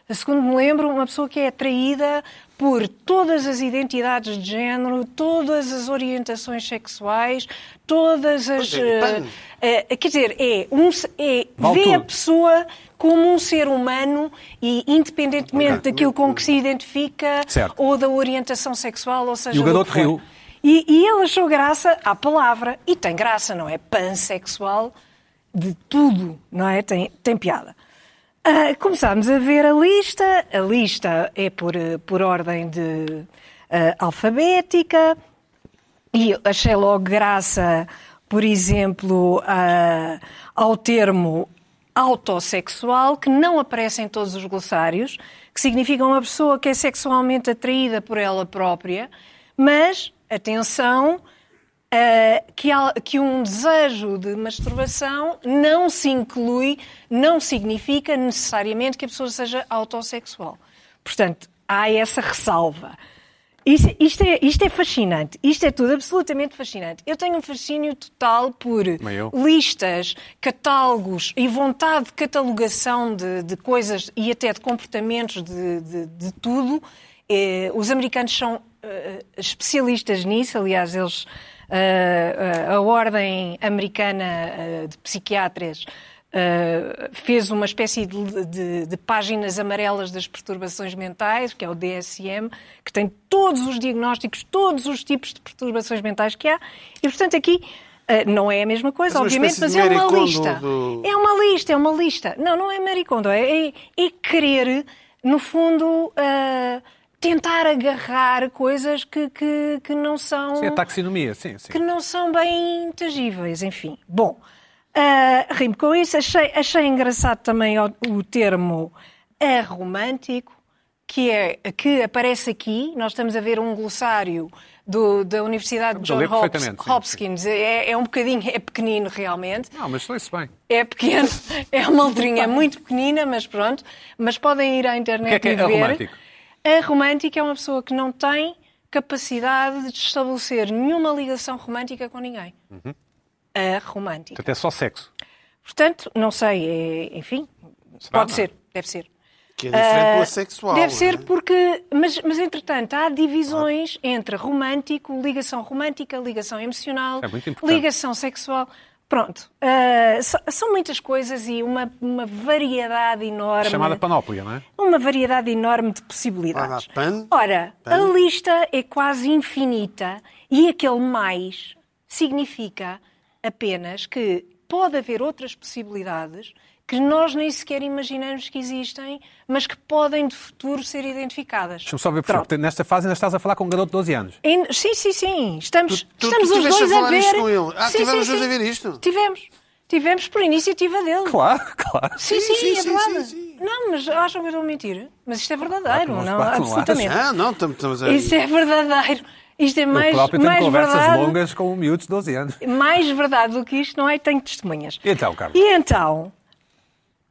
ah, segundo me lembro, uma pessoa que é atraída por todas as identidades de género, todas as orientações sexuais, todas as.
Pois é, e pan.
ah, ah, quer dizer, é, um, se- é
Vale
vê a
tudo.
pessoa como um ser humano e independentemente
Ok.
daquilo com que se identifica
Certo.
ou da orientação sexual, ou seja,
E o
do
garoto
que for.
riu.
E, e ele achou graça à palavra. E tem graça, não é? Pansexual de tudo, não é? Tem, tem piada. Ah, começámos a ver a lista. A lista é por, eh, por ordem de ah, alfabética. E eu achei logo graça, por exemplo, a- ao termo autossexual, que não aparece em todos os glossários, que significa uma pessoa que é sexualmente atraída por ela própria, mas, atenção, eh, que, há- que um desejo de masturbação não se inclui, não significa necessariamente que a pessoa seja autossexual. Portanto, há essa ressalva. Isto, isto é, isto é fascinante. Isto é tudo absolutamente fascinante. Eu tenho um fascínio total por
eu.
listas, catálogos e vontade de catalogação de, de coisas e até de comportamentos de, de- de tudo. Eh, os americanos são eh, especialistas nisso, aliás, eles. eh, eh, a Ordem Americana eh, de Psiquiatras eh, fez uma espécie de, de- de páginas amarelas das perturbações mentais, que é o DSM, que tem todos os diagnósticos, todos os tipos de perturbações mentais que há. E, portanto, aqui eh, não é a mesma coisa
Mas uma
obviamente, mas
espécie
é
de
uma
Marie Kondo
lista.
do-
É uma lista, é uma lista. Não, não é maricondo. É, é, é querer, no fundo, ah, tentar agarrar coisas que, que, que não são
é
Sim, a taxonomia, sim, sim.
que não são bem tangíveis, enfim. Bom, ah, rimo com isso. Achei, achei engraçado também o, o termo aromântico, que, é, que aparece aqui. Nós estamos a ver um glossário do- da Universidade
Estamos a
de
ler
John Hops-
perfeitamente, sim,
Hopkins. É, é um bocadinho, é pequenino realmente.
Não, mas lê-se bem.
É pequeno, é uma letrinha muito pequenina, mas pronto. Mas podem ir à internet
O que é que é
e ver.
aromântico?
A romântica é uma pessoa que não tem capacidade de estabelecer nenhuma ligação romântica com ninguém.
Uhum.
A romântica.
Portanto, é só sexo.
Portanto, não sei, é- enfim,
Será,
pode
não é?
ser, deve ser.
Que é diferente do
Ah,
assexual.
Deve ser
não é?
porque. Mas, mas entretanto, há divisões entre romântico, ligação romântica, ligação emocional,
Isso é muito importante.
ligação sexual. Pronto, ah, so- são muitas coisas e uma, uma variedade enorme.
Chamada panóplia, não é?
uma variedade enorme de possibilidades.
Ah, pan,
Ora, a
pan.
lista é quase infinita e aquele mais significa apenas que pode haver outras possibilidades que nós nem sequer imaginamos que existem, mas que podem de futuro ser identificadas.
Deixa-me só ver, por favor, porque nesta fase ainda estás a falar com um garoto de 12 anos.
Em- Sim, sim, sim. Estamos,
Tu- tu-
estamos
tu
os
tiveste
dois
a
a,
falar
ver.
isto com ele. Ah,
Sim,
tivemos
sim,
os dois
sim.
a ver isto?
Tivemos. Tivemos por iniciativa dele.
Claro, claro.
Sim,
Sim,
sim,
sim,
é
sim,
verdade.
sim,
Não, mas acham que eu estou a mentir. Mas isto é verdadeiro,
não,
não,
claro que não achas.
absolutamente.
Ah, não, estamos a.
Isso é verdadeiro. Isto é mais,
eu próprio tenho
mais
conversas
verdade.
longas com um miúdo de 12 anos.
Mais verdade do que isto, não é? Tenho testemunhas.
E então, Carlos?
E então,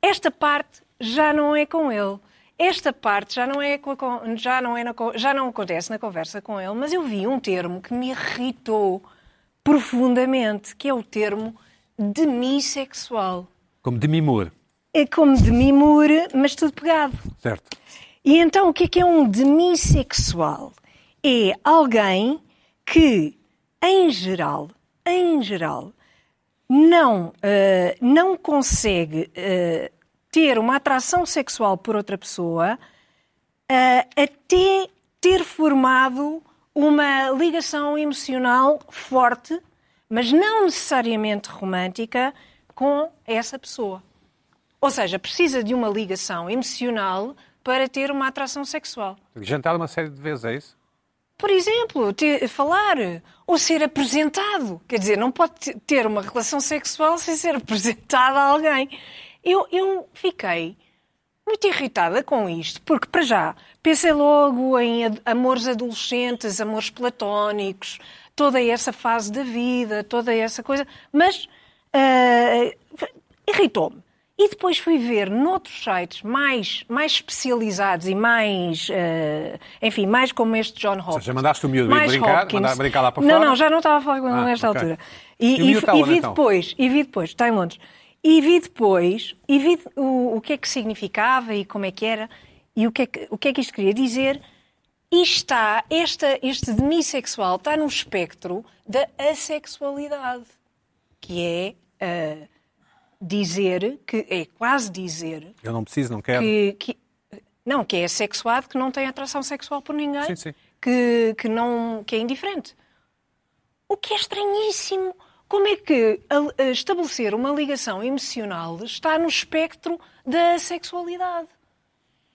esta parte já não é com ele. Esta parte já não, é com a con- já, não é na con- já não acontece na conversa com ele, mas eu vi um termo que me irritou profundamente, que é o termo demissexual.
Como de Mimur,
É como demimur, mas tudo pegado.
certo?
E então o que é que é um demissexual? É alguém que, em geral, em geral, não, eh, não consegue eh, ter uma atração sexual por outra pessoa eh, até ter formado uma ligação emocional forte, mas não necessariamente romântica, com essa pessoa. Ou seja, precisa de uma ligação emocional para ter uma atração sexual.
Jantar uma série de vezes, é isso?
Por exemplo, te- falar ou ser apresentado. Quer dizer, não pode te- ter uma relação sexual sem ser apresentada a alguém. Eu, eu fiquei muito irritada com isto, porque, para já, pensei logo em ad- amores adolescentes, amores platónicos, toda essa fase da vida, toda essa coisa, mas ah, irritou-me. E depois fui ver noutros sites mais, mais especializados e mais, ah, enfim, mais como este John Hopkins.
seja, mandaste o miúdo ir brincar,
Hopkins.
mandar brincar lá para
não,
fora?
Não, já não estava a falar com ele
Ah,
nesta
ok.
altura.
E o
E, e,
miúdo está
e
onde,
vi
então?
depois, e vi depois, está em Londres. E vi depois, e vi o, o que é que significava e como é que era, e o que é que, o que, é que isto queria dizer. E está, esta, este demissexual está no espectro da assexualidade, que é ah, dizer, que é quase dizer,
Eu não preciso, não quero.
que, que- não que é sexuado que não tem atração sexual por ninguém
Sim, sim.
que que não que é indiferente o que é estranhíssimo como é que a- a estabelecer uma ligação emocional está no espectro da sexualidade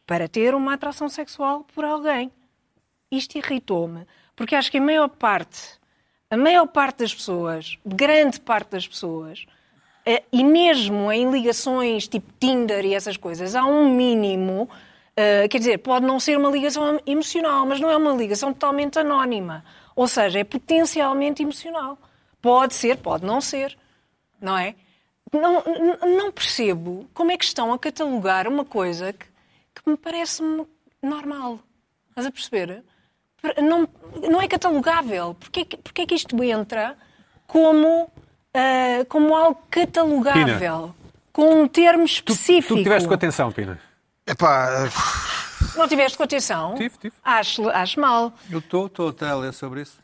para ter uma atração sexual por alguém isto irritou-me porque acho que a maior parte a maior parte das pessoas grande parte das pessoas eh, e mesmo em ligações tipo Tinder e essas coisas, há um mínimo. eh, quer dizer, pode não ser uma ligação em- emocional, mas não é uma ligação totalmente anónima. Ou seja, é potencialmente emocional. Pode ser, pode não ser. Não é? Não, n- não percebo como é que estão a catalogar uma coisa que, que me parece -me normal. Estás a perceber? Per- Não, não é catalogável. Porquê, que- porquê que isto entra como, ah, como algo catalogável? Com um termo
Tu
específico.
que tiveste com atenção, Pina.
Epá,
Não tiveste com atenção?
Tive, tive.
Acho, acho mal.
Eu estou, estou até a ler sobre isso.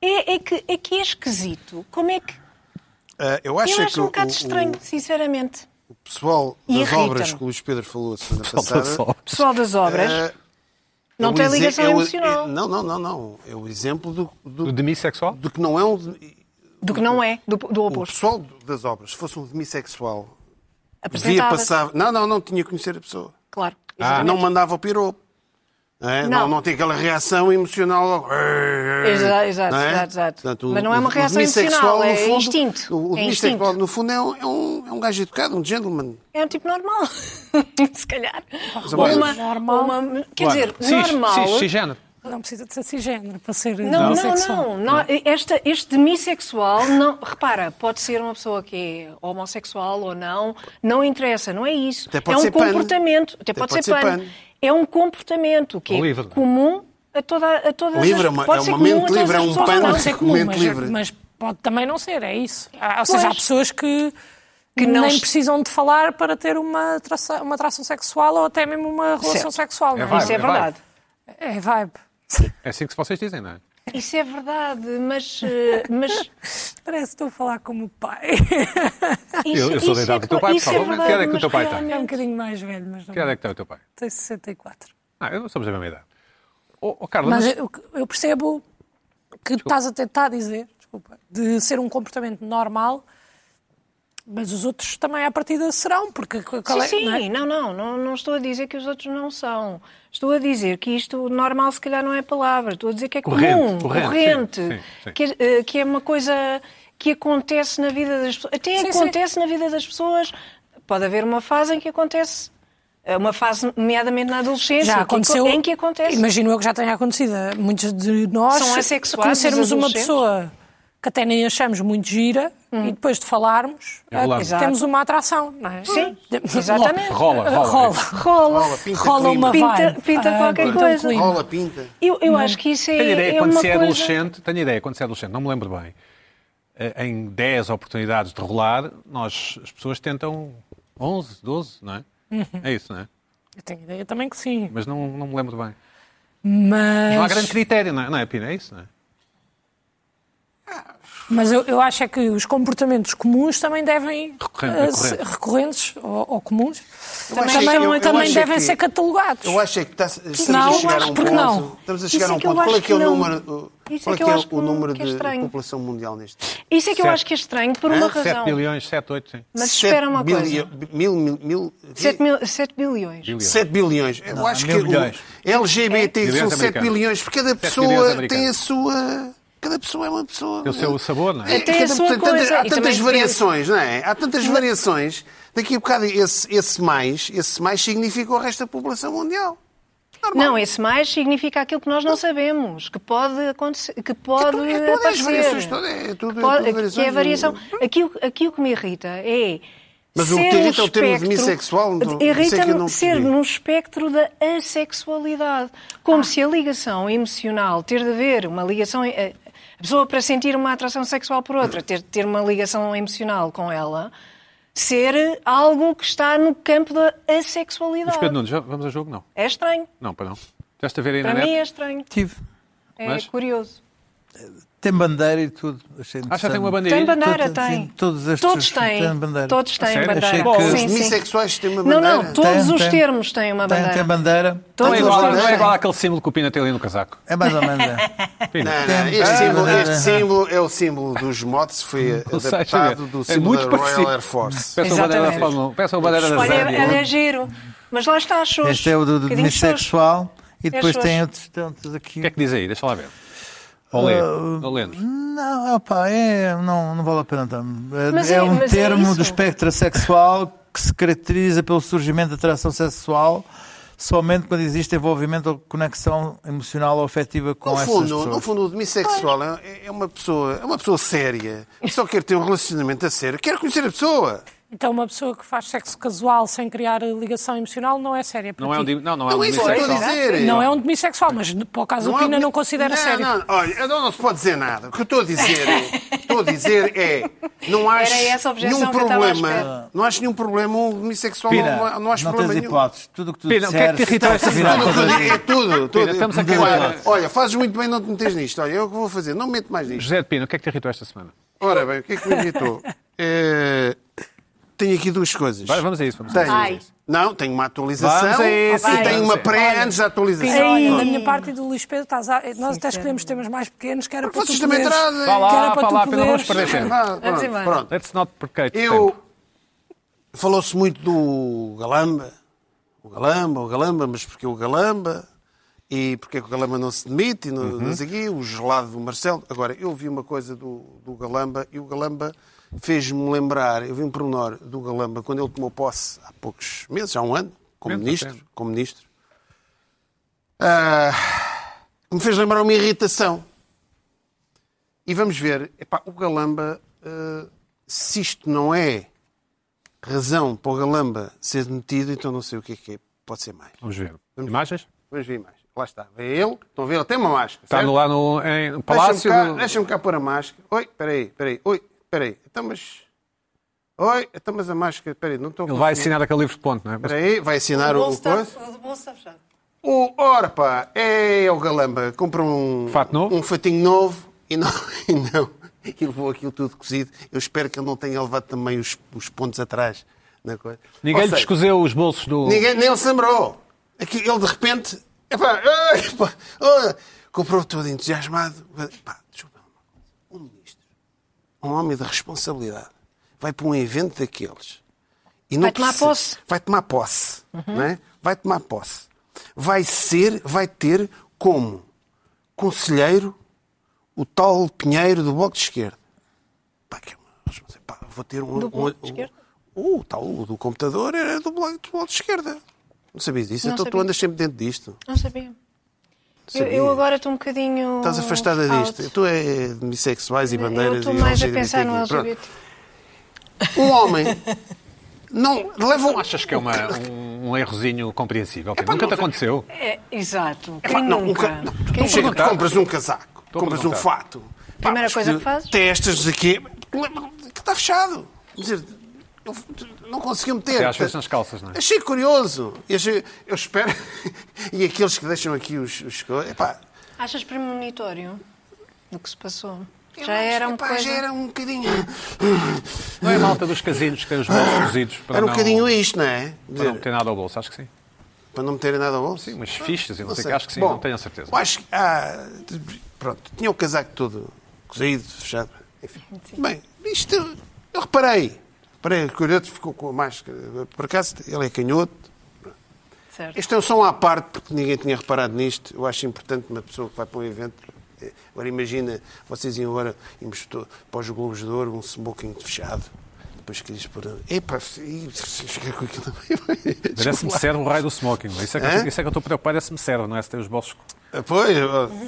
É, é que, é que é esquisito. Como é que.
eh, eu acho,
eu
é
acho
que
um
o-
bocado
o-
estranho, sinceramente.
O pessoal
E
das
irrita-me.
obras que o Luís Pedro falou a semana
Falta
passada.
só.
Pessoal das obras.
eh,
Não
é um
tem
exe-
ligação
é um-
emocional.
é- não, não, não, não. É o exemplo do,
Do
do,
demissexual?
do que não é um.
Do que não é, do, do
O
oposto.
pessoal das obras, se fosse um demissexual, devia
Apresentava-se,
passar. Não, não, não tinha que conhecer a pessoa.
Claro.
Não mandava o piropo. Não, é? não.
Não.
não tem aquela reação emocional logo.
Exato, exato,
Não é?
exato, exato.
Portanto, o-
Mas não é uma
o
reação
demissexual,
emocional,
no
é
fundo, O,
instinto.
o
É
demissexual,
instinto.
no fundo, é um, é, um, é um gajo educado, um gentleman.
É um tipo normal. Se calhar.
agora-
Uma,
Normal.
uma- quer dizer,
Cis,
normal.
Cis, cisgénero.
Não precisa de ser cisgénero para ser
Não, não,
homossexual.
não. não. Esta, este demissexual, não, repara, pode ser uma pessoa que é homossexual ou não, não interessa, não é isso.
Até pode
é um
ser pan.
comportamento, até, pode, ser, pan. É um comportamento que
Ou
é
livre, não é?
comum a, toda, a todas
Livre, é
as
uma-
pode
é
ser
uma
comum a
mente
todas
livre, é
as
um
pessoas ou
pan.
não.
Pode ser comum,
Mente
mas,
livre.
mas pode também não ser, é isso. Há- Ou seja, há
Pois.
pessoas que,
Que não
não nem
est-
precisam de falar para ter uma atração, uma atração sexual ou até mesmo uma relação
Certo.
sexual. Não
vibe,
é?
Isso é
é vibe.
verdade.
É vibe.
É assim que vocês dizem, não é?
Isso é verdade, mas. eh, mas
Parece que estou a falar como o pai.
isso-
eu sou
isso
da idade
é
do teu pai,
isso
por favor.
verdade,
Que idade é que o
mas
teu pai tem?
Ele
realmente-
é um bocadinho mais velho, mas não.
Que idade é que tem o teu pai?
Tem 64.
Ah, eu- somos da mesma idade. Oh, oh, Carla,
Mas
mas-
eu, eu percebo que estás a tentar dizer, desculpa, de ser um comportamento normal, mas os outros também à partida serão, porque qual é,
Sim,
não é?
sim, não, não, não, não estou a dizer que os outros não são. Estou a dizer que isto normal se calhar não é palavra. Estou a dizer que é
Corrente,
comum,
corrente,
corrente,
sim, sim, sim.
Que, eh, que é uma coisa que acontece na vida das pessoas. Até
Sim, sim.
acontece na vida das pessoas. Pode haver uma fase em que acontece. eh, Uma fase, nomeadamente na adolescência,
já
que-
aconteceu.
em que acontece.
Imagino eu que já tenha acontecido. a Muitos de nós
São assexuados,
conhecermos
os
uma
adolescentes. Hum.
pessoa que até nem achamos muito gira e depois de falarmos eh,
Enrolamos.
temos uma atração, não é?
Sim,
Temos-
exatamente.
Rola, rola.
Rola.
Rola, pinta
Rola uma
clima.
Pinta-
vibe.
pinta qualquer
pinta um
coisa.
clima.
Rola, pinta.
Eu, eu acho que isso é,
Tenho ideia,
é
quando
uma
se é
coisa...
adolescente, tenho ideia, quando se é adolescente, não me lembro bem, eh, em 10 oportunidades de rolar, nós, as pessoas tentam 11, 12, não é?
Uhum.
É isso, não é?
Eu tenho ideia também que sim.
Mas não, não me lembro bem. Não há
Mas,
grande critério, não é, não é Pina? É isso, não é?
mas eu, eu acho é que os comportamentos comuns também devem
Recorrente- é
eh, se-
recorrentes.
recorrentes ou, ou comuns
acho
também,
que-
também-
eu- eu
também
acho
devem
que-
ser catalogados.
Eu acho é que tá- estamos
não,
a chegar a
acho
um
que
ponto.
não.
Estamos a
Isso é
chegar a um
que eu
ponto. Qual é
acho
que é o
que não.
número,
Isso
qual
é
é
que
que
eu
é
acho que
o número
é
de
estranho.
população mundial neste momento?
Isso é que eu
Sete. Ah,
acho que é estranho, por uma
Hã?
razão.
7 bilhões, 7, 8, sim.
Mas
Sete
espera uma coisa.
bilhão- Mil, mil, mil,
7, mil, 7 bilhões.
Bilhões.
7 bilhões. Eu acho que
mil
o
bilhões.
LGBT são
Bilhões
7
americanos.
bilhões, porque cada
Sete bilhões
pessoa tem a
americanos.
sua. Cada pessoa é uma pessoa.
Tem o seu sabor, não é?
É,
Tem a
cada-
sua
tantas-
coisa,
Há
e
tantas
também
variações, não é? Há tantas variações. Daqui a bocado, esse, esse mais, esse mais significa o resto da população mundial. Tá
Não, esse mais significa aquilo que nós não sabemos, que pode acontecer, que pode
tudo- é tudo, é as
aparecer.
variações, tudo é- é tudo- é
Pode-
tudo variações
que é a
do-
variação. Aqui, o- aqui o que me irrita é
Mas o
ser
que te
um
irrita é o termo
espectro,
demissexual, não- isso é que eu não
Irrita-me
percebi. Ah.
ser num espectro da assexualidade, como se a ligação emocional ter de haver uma ligação eh, a pessoa para sentir uma atração sexual por outra, ter ter uma ligação emocional com ela, ser algo que está no campo da
Mas Pedro
assexualidade.
Nunes, já vamos a jogo? Não.
É estranho.
Não, para não. Já está a ver aí na
Para mim
net?
é estranho.
Tive.
É
Mas-
curioso.
Tem bandeira e tudo. Achei
Ah, já tem
interessante.
uma bandeira.
Tem bandeira,
Todas-
tem.
assim,
sim, todas as
todos
pessoas
têm.
têm bandeira.
Todos têm
Sério?
bandeira.
Achei que
Os
Sim, sim.
demissexuais têm uma
Não,
é bandeira.
não, todos
Tem,
os
tem.
termos têm uma
Tem,
bandeira.
tem bandeira.
Não é,
Todos
igual,
os
não é
termos
igual
têm.
àquele símbolo que o Pina tem ali no casaco.
É mais ou menos. é.
Pina.
Não, não, Este,
Ah,
símbolo,
não,
este
não.
símbolo é o símbolo dos motos, foi
Ou seja,
adaptado do
é
símbolo
muito
da
parecido.
Royal Air Force.
Peçam a bandeira da
Exatamente.
Fórmula 1. Peçam a bandeira da
Olha,
Zâmbia.
é, é giro. Mas lá está, shows.
Este é o do do demissexual e depois
xoxo.
tem outros tantos aqui.
O que é que diz aí? Deixa lá ver. Uh, Ou lê. Ou lê-nos.
Não, opá, é, não, não vale a pena. Então. É,
Mas
é
é-
um
mas é
termo
isso.
do espectro sexual que se caracteriza pelo surgimento de atração sexual somente quando existe envolvimento ou conexão emocional ou afetiva com
No
essas
fundo,
pessoas.
no fundo, o demissexual é, é uma pessoa, é uma pessoa séria. que Só quer ter um relacionamento a sério. Quer conhecer a pessoa.
Então, uma pessoa que faz sexo casual sem criar eh, ligação emocional não é séria. para
Não é um
ti.
dim- não, não é
Não
um
é isso que eu estou a
demissexual.
dizer.
Não é um demissexual, mas para o caso do
há-
Pina não considera
não,
sério.
Não, olha, não, não se pode dizer nada. O que eu estou a dizer, estou a dizer é, não acho
Era essa a objeção
nenhum
que eu estava à
problema,
espera.
não acho nenhum problema um homossexual,
Pina,
não, não, acho
tens
problema nenhum.
hipóteses. Tudo o que tu
Pina, o que é que te
disseres-
irritou esta
Pina,
semana?
todas-
Tudo, é tudo. tudo.
Pina, estamos aqui a
olha,
acabar.
olha, fazes muito bem não te meteres nisto. Olha, é o que vou fazer, não me meto mais nisto.
José de Pina, o que é que te irritou esta semana?
Ora bem, o que é que me irritou? É, Tenho aqui duas coisas.
Vai, vamos a isso, vamos a
tenho...
Ai.
Não, tenho uma atualização
Vamos a isso,
e tenho
vamos
uma
a isso.
pré antes da
Pina,
atualização.
olha,
Ai.
da minha parte e do Luís Pedro, estás a- nós até escolhemos temas mais pequenos, que era para
é um- Vocês
tu
também
poderes-
trazem.
Vá
que
lá,
era para
vá
tu
lá, Pina, não vamos
poderes-
perder tempo.
Vá,
Vamos
pronto,
embora.
pronto.
Let's not percate
Eu... Falou-se muito do Galamba. O Galamba, o Galamba, mas porquê o Galamba? E porquê que o Galamba não se demite? E não,
Uhum.
não sei o quê, o gelado do Marcelo. Agora, eu vi uma coisa do, do Galamba e o Galamba fez-me lembrar, eu vi um pormenor do Galamba quando ele tomou posse há poucos meses, há um ano, como
Menos,
ministro,
até.
como ministro, Ah, que me fez lembrar uma irritação. E vamos ver, epá, o Galamba, ah, se isto não é razão para o Galamba ser demitido, então não sei o que é que é. Pode ser mais.
Vamos ver. Imagens?
Vamos ver mais. Lá está. Vê ele. Estão a ver? Ele tem uma máscara.
Está
certo?
no, lá no em, no Palácio.
Deixa-me cá,
do-
deixa cá pôr a máscara. Oi, espera aí, espera aí. Oi, espera aí. Então, mas... Oi, então, mas a máscara... Espera aí, não estou... a
Ele vai
conseguir.
assinar aquele livro de ponto, não é? Mas
Espera aí, vai assinar o...
bolso está-
coisa.
o bolso está fechado.
O,
O, ora pá, é o Galamba, comprou um,
Fato novo?
um fatinho novo e não, e não. E levou aquilo tudo cozido. Eu espero que ele não tenha levado também os, os pontos atrás na coisa.
Ninguém
Ou
lhe
seja,
escuseu os bolsos do.
Ninguém nem ele se lembrou. Aqui, ele de repente. Epá, ai, pá, ah, comprou tudo entusiasmado. Pá, desculpa, um ministro, um homem de responsabilidade, vai para um evento daqueles. e não
Vai tomar
precisa-
posse. Uhum.
Vai tomar posse. não é? Vai tomar posse. Vai ser, vai ter como conselheiro o tal Pinheiro do Bloco de Esquerda. Pá, que é uma responsabilidade. Pá, vou ter um.
Do
um-
Bloco de
um-
Esquerda?
o tal o do computador era do bloco, do bloco de esquerda. Não sabias disso?
Não
então tu
sabia.
andas sempre dentro disto.
Não sabia. Eu,
Sabia.
eu agora estou um bocadinho.
Estás afastada
out.
disto. Tu é de bissexuais e bandeiras.
Eu estou
e é
mais a
LGBT
pensar no
aqui. Pronto.
LGBT.
Um homem. Não, leva um.
Achas que é uma, um, um errozinho compreensível? Pedro? Nunca te aconteceu?
É, exato.
É
Quem
pá, não, um
nunca?
ca- não,
Quem
tu chega,
nunca?
tu compras um casaco,
a
compras um
perguntar.
fato. Pá,
Primeira
mas
coisa que fazes?
Testas aqui. Que está fechado. Quer dizer, eu não conseguiu meter.
Até às vezes nas calças, não é?
Achei curioso. E achei- eu espero. e aqueles que deixam aqui os. os... co- Epá,
Achas premonitório do que se passou?
eu
Já
acho-
era um
epá,
coisa...
Já era um bocadinho.
Não é a malta dos casinos que tem os bolsos cozidos para
Era um
não,
bocadinho isto, não é? Quer
para não
dizer,
meter nada ao bolso, acho que sim.
Para não meterem nada ao bolso.
Sim, umas fichas e não, sei o que,
sei.
acho que sim,
Bom,
não tenho a certeza.
eu Acho que. Ah, pronto, tinha o casaco todo cozido, fechado. Enfim. Bem, isto. Eu reparei. Reparei, que o outro ficou com a máscara. Por acaso, ele é canhoto.
Certo.
Isto é só um à parte, porque ninguém tinha reparado nisto. Eu acho importante uma pessoa que vai para um evento. eh, Agora imagina, vocês iam agora íamos to- para os Globos de Ouro, um smoking fechado. Depois querias pôr. Epá, e ficar com aquilo também.
Parece-me serve o raio do smoking. Isso é que,
Hã?
eu- isso é que eu estou preocupado, parece-me serve, não é? Se tem os bolsos.
Ah, Pois,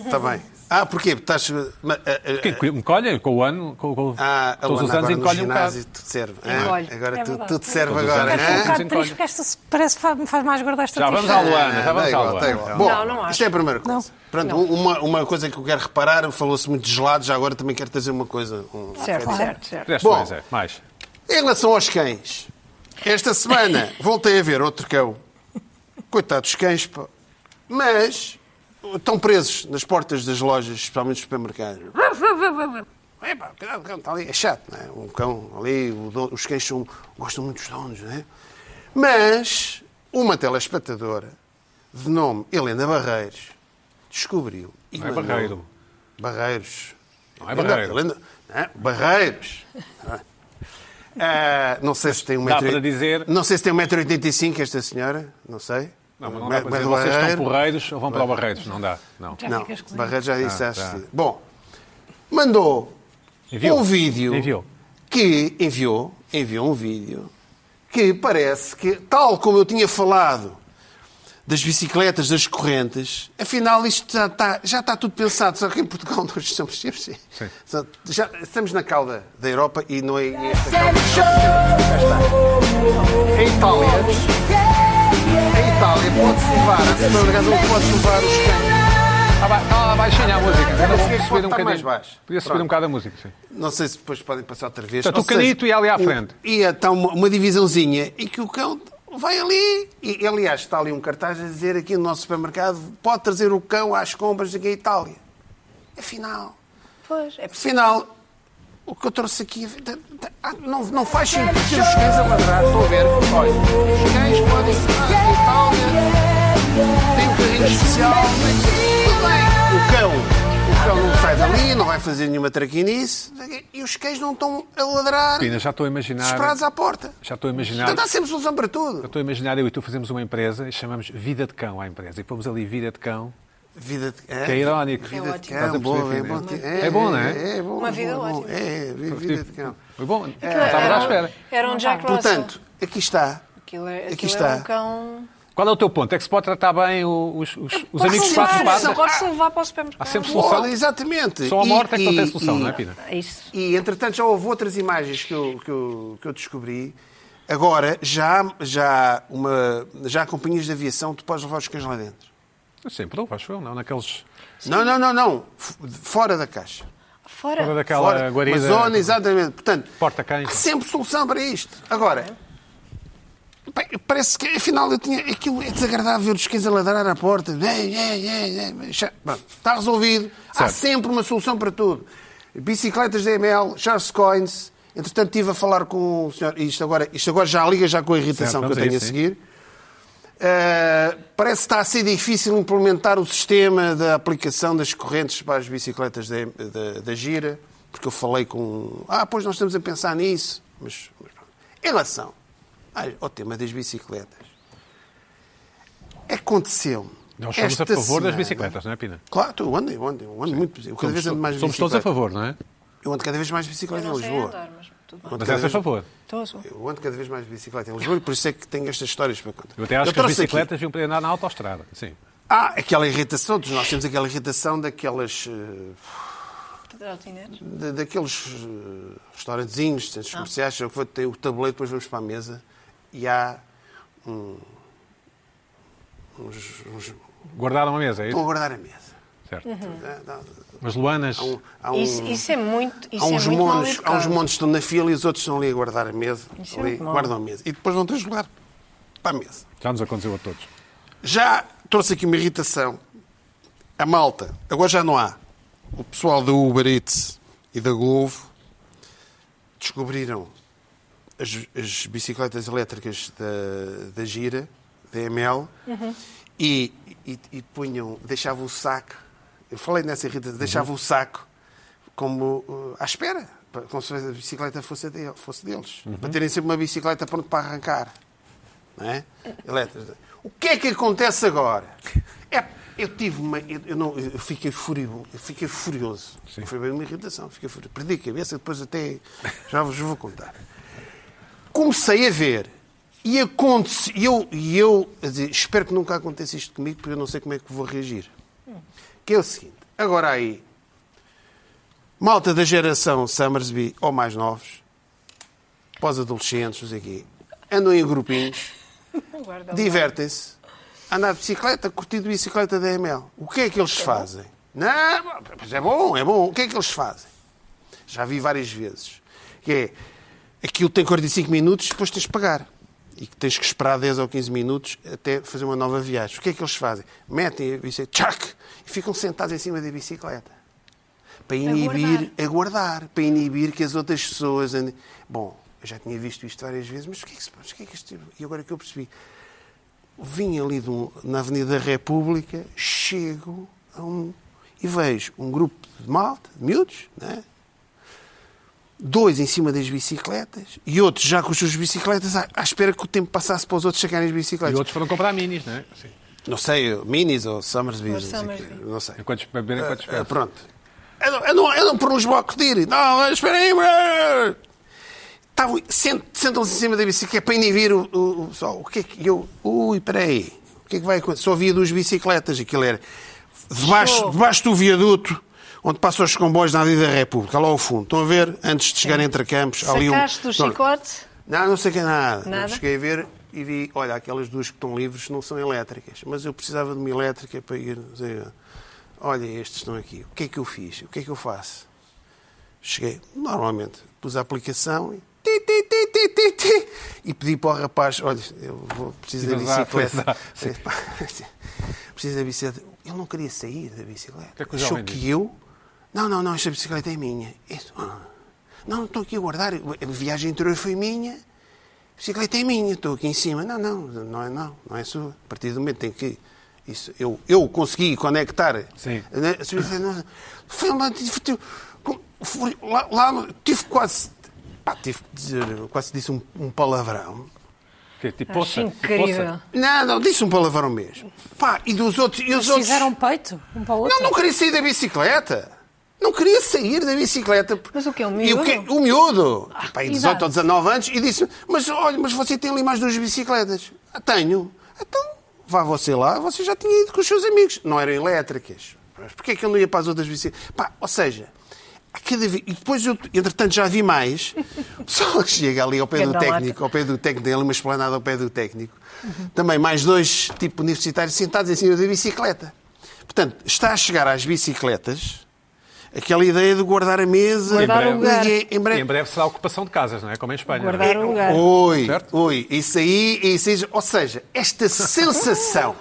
está bem. Ah, porquê? Estás. ma- ah, ah,
Que, que encolhem com o ano, com, com-
Ah, a
todos os
Luana,
anos
agora no
encolhem um
ginásio
bocado.
tudo serve. ah,
Encolhe.
agora
É
tudo,
verdade.
tudo serve
Todos os anos
agora. ah?
Estou um bocado
encolhe.
triste que esta se- parece que me faz mais gorda esta
Já vamos
t-shirt.
à Luana, já
Ah,
vamos
tá
à
igual, tá
Luana. então.
igual.
Não, não
Bom,
acho.
isto é a primeira coisa. Pronto, Uma, uma coisa que eu quero reparar, falou-se muito de gelados, já agora também quero trazer uma coisa. um-
Certo,
um-
certo, certo.
Fizeste
Bom.
mais, é. Mais.
Em relação aos cães, esta semana voltei a ver outro cão. Coitado dos cães, pá. Mas estão presos nas portas das lojas, especialmente dos supermercados. Epá, cuidado, o cão está ali. É chato, não é? Um cão ali, o dono- os cães são- gostam muito dos donos, não é? Mas uma telespectadora, de nome Helena Barreiros, descobriu. e
Não é
mandou-
Barreiro.
Barreiros.
Não é Barreiro.
Helena- não é? Barreiros. Ah, não sei se tem 1,85m.
Dá para dizer-
Não sei se tem 1,85m esta senhora, não sei.
Não, mas não
Mas-
dá para
mas
dizer, vocês
Barreiro-
estão porreiros ou vão para o Barreiros? Não dá. Não.
Já
Não,
fica exclusivo.
Barreiros já disse, acho
tá.
que- Bom, mandou
Enviou.
um vídeo
Enviou.
que enviou, enviou um vídeo que parece que, tal como eu tinha falado das bicicletas, das correntes, afinal isto já está, já está tudo pensado, só que em Portugal nós estamos sempre... Só- Já, estamos na cauda da Europa e não é... é esta cauda. Em Itália, em Itália pode-se levar, a supermercado pode levar os cães
Ah, vai, ah, baixinha a música.
Não,
Podia
pode
subir um
estar
bocadinho.
mais baixo.
Podia subir
Pronto.
um bocado a música, sim.
Não sei se depois podem passar outra vez.
Portanto,
Ou
o canito ia ali à
o-
frente.
Ia estar uma, uma divisãozinha e que o cão vai ali. E, aliás, está ali um cartaz a dizer aqui no nosso supermercado pode trazer o cão às compras aqui à Itália. Afinal,
Pois, é
afinal, o que eu trouxe aqui... ah, Não, não faz sentido ter os cães a ladrar. Estou a ver. Olha, os cães podem... Ah, Itália tem um carrinho especial. Tudo bem. O cão, o cão não sai dali, não vai fazer nenhuma traquinice. E os cães não estão a ladrar
Pina, já estou a imaginar.
desesperados à porta.
Já estou a imaginar.
Portanto, há sempre solução para tudo.
Estou a imaginar eu e tu fazemos uma empresa e chamamos Vida de Cão à empresa. E pomos ali Vida de Cão,
Vida de
que é irónico.
Vida de
Estás a
cão,
perceber, Pina?
boa, é bom.
É bom, não é? tipo
É bom.
Uma vida
bom, bom.
ótima.
É, é, vida de cão.
Foi bom.
Aquilo
Estava à espera.
Era um Jack Russell.
Portanto, aqui está.
aquilo, é-
aqui
aquilo
está.
era um cão...
Qual é o teu ponto? É que se pode tratar bem o- os, os, os
Pode-se
amigos que
ser
fazem
levar,
solução.
parte?
Pode-se levar para o supermercado.
Há sempre solução.
Olha, exatamente.
Só a
E-
morte é que não tem
e-
solução,
e-
não é, Pina?
É Isso.
E, entretanto, já houve outras imagens que eu, que eu, que eu descobri. Agora, já, há- já, há uma, já há companhias de aviação, tu podes levar os cães lá dentro.
Sempre houve, acho eu, não? Naqueles.
Não, não, não, não. F- Fora da caixa.
Fora.
Fora daquela
Fora.
guarida.
Uma zona, exatamente. Portanto,
Porta-cães.
há sempre solução para isto. Agora, Bem, Parece que, afinal, eu tinha aquilo é desagradável ver os cães a ladrar à porta. É, é, é, é, mas já- pronto, Está resolvido. Há
Certo.
sempre uma solução para tudo. Bicicletas DML, Charles Coins. Entretanto, estive a falar com o senhor. Isto agora, isto agora já liga já com a irritação
Certo,
que eu tenho
vamos a isso,
a seguir. Uh, parece que está a ser difícil implementar o sistema da aplicação das correntes para as bicicletas da, da- da gira, porque eu falei com. Ah, pois nós estamos a pensar nisso. Mas, mas pronto. em relação ai, ao tema das bicicletas, aconteceu.
Nós somos
esta
a favor das
semana-
bicicletas, não é, Pina?
Claro, eu ando, eu ando, eu ando muito. Eu cada vez ando mais de
somos todos a
bicicleta.
favor, não é?
Eu ando cada vez mais de bicicleta em
não sei
Lisboa.
andar, mas tudo bem.
Eu
Mas
ando cada
essa é a
vez-
favor.
Estou a sua.
Eu ando cada vez mais de bicicleta em Lisboa e por isso é que tenho estas histórias para contar.
Eu até acho que as
trouxe aqui-
bicicletas deviam poder andar na autostrada. Sim.
Há aquela irritação, todos nós temos aquela irritação daquelas, eh, da- daqueles eh, restaurantezinhos,
Ah.
centros comerciais, eu vou ter o tabuleiro, depois vamos para a mesa e há um, uns, uns-
Guardaram a mesa, é
Estão a
isso?
guardar a mesa.
Certo.
Há- há-
Mas Luanas.
Uhum. há um- há um-
Hum. Isso, isso é muito. Isso
Há uns,
é muito mal
monos, há uns
educado.
monos que estão na fila e os outros estão ali a guardar a mesa.
Isso é
ali,
muito mau.
guardam a mesa. E depois não tens lugar para a mesa.
Já nos aconteceu a todos.
Já trouxe aqui uma irritação. A malta, agora já não há. O pessoal da Uber Eats e da Glovo descobriram as, as bicicletas elétricas da, da Gira, da ML, e, e, e punham, deixavam o saco, eu falei nessa irritação, deixavam o saco como uh, à espera, pa- como se a bicicleta fosse, de- fosse deles, para terem sempre uma bicicleta pronta para arrancar não é? Elétricas. O que é que acontece agora? É, eu tive uma. Eu, eu não, eu fiquei furioso. Eu fiquei furioso. Foi bem uma irritação. Fiquei furioso. Perdi a cabeça, depois até. Já vos vou contar. Comecei a ver. E acontece. E eu, e eu a dizer, espero que nunca aconteça isto comigo, porque eu não sei como é que vou reagir. Que é o seguinte: agora aí. Malta da geração Summersby ou mais novos, pós-adolescentes, não sei o quê, andam em grupinhos divertem-se a andar de bicicleta, curtindo bicicleta da ML. O que é que eles fazem? Não, mas é bom, é bom. O que é que eles fazem? Já vi várias vezes. Que é, aquilo tem 45 minutos, depois tens de pagar. E que tens que esperar 10 ou 15 minutos até fazer uma nova viagem. O que é que eles fazem? Metem a bicicleta, tchac, e ficam sentados em cima da bicicleta. Para inibir, a guardar, para inibir que as outras pessoas. andem- Bom, eu já tinha visto isto várias vezes, mas o que é que se mas o que é que este- E agora que eu percebi, vim ali de um- na Avenida República, chego a um- e vejo um grupo de malta, de miúdos, né? dois em cima das bicicletas e outros já com as suas bicicletas à, à espera que o tempo passasse para os outros chegarem as
E
bicicletas.
outros foram comprar minis, não é? Sim.
Não sei, minis ou Summersby, não sei,
Summersby.
o quê, não sei.
Enquanto beber, enquanto
Ah,
esperam.
pronto. Andam, andam, andam por Lisboa a curtir. Não, espera aí. brrr. Estavam- sent- Sentam-se em cima da bicicleta é para inibir o, o, o pessoal. O que é que eu... Ui, espera aí. O que é que vai acontecer? Só havia duas bicicletas. Aquilo era debaixo, debaixo do viaduto onde passam os comboios na Avenida República, lá ao fundo. Estão a ver? Antes de chegar entre campos. há ali um...
Sacaste do
Não, não.
chicote?
Não, não sei que é nada.
Nada?
Eu cheguei a ver e vi, olha, aquelas duas que estão livres não são elétricas, mas eu precisava de uma elétrica para ir. dizer, Olha, estes estão aqui. O que é que eu fiz? O que é que eu faço? Cheguei, normalmente, pus a aplicação e. Ti, ti, ti, ti, ti, ti, e pedi para o rapaz: olha, eu vou, preciso da
Tive azar, foi
bicicleta.
azar.
preciso da bicicleta. Ele não queria sair da bicicleta.
que é que o
Achou
jovem
que
disse?
eu. Não, não, não, esta bicicleta é minha. Isso, ah. Não, estou aqui a guardar. A viagem anterior foi minha. A bicicleta é minha, estou aqui em cima. Não, não, não é, não, não é sua. A partir do momento em que isso, eu, eu consegui conectar.
Sim.
né, a bicicleta não- Foi uma. foi- foi- Lá, lá tive quase. Pá, tive que dizer, quase disse um, um palavrão. é,
Que, tipo,
Acho
poça,
incrível.
poça.
Não, não, disse um palavrão mesmo. Pá, e dos outros. E os outros...
Fizeram peito um para o outro.
Não, não queria sair da bicicleta. Não queria sair da bicicleta.
Mas o quê, um
E o,
miúdo?
quê? o miúdo.
Ah,
Pá, aí 18
idade.
ou 19 anos. E disse, mas olha, mas você tem ali mais duas bicicletas. Ah, tenho. Então, vá você lá. Você já tinha ido com os seus amigos. Não eram elétricas. Mas porquê é que eu não ia para as outras bicicletas? Pá, ou seja... a Cada vi- E depois, eu, entretanto, já vi mais. O pessoal que chega ali ao pé do
Ganda lata.
técnico, ao pé do técnico dele, uma esplanada ao pé do técnico. Também mais dois, tipo universitários, sentados em cima da bicicleta. Portanto, está a chegar às bicicletas, aquela ideia de guardar a mesa. E
Guardar o lugar.
e- em
E
breve.
em breve será a ocupação de casas, não é? Como em Espanha. não é?
Guardar o lugar.
Oi,
Certo?
oi, isso aí, isso aí, ou seja, esta sensação,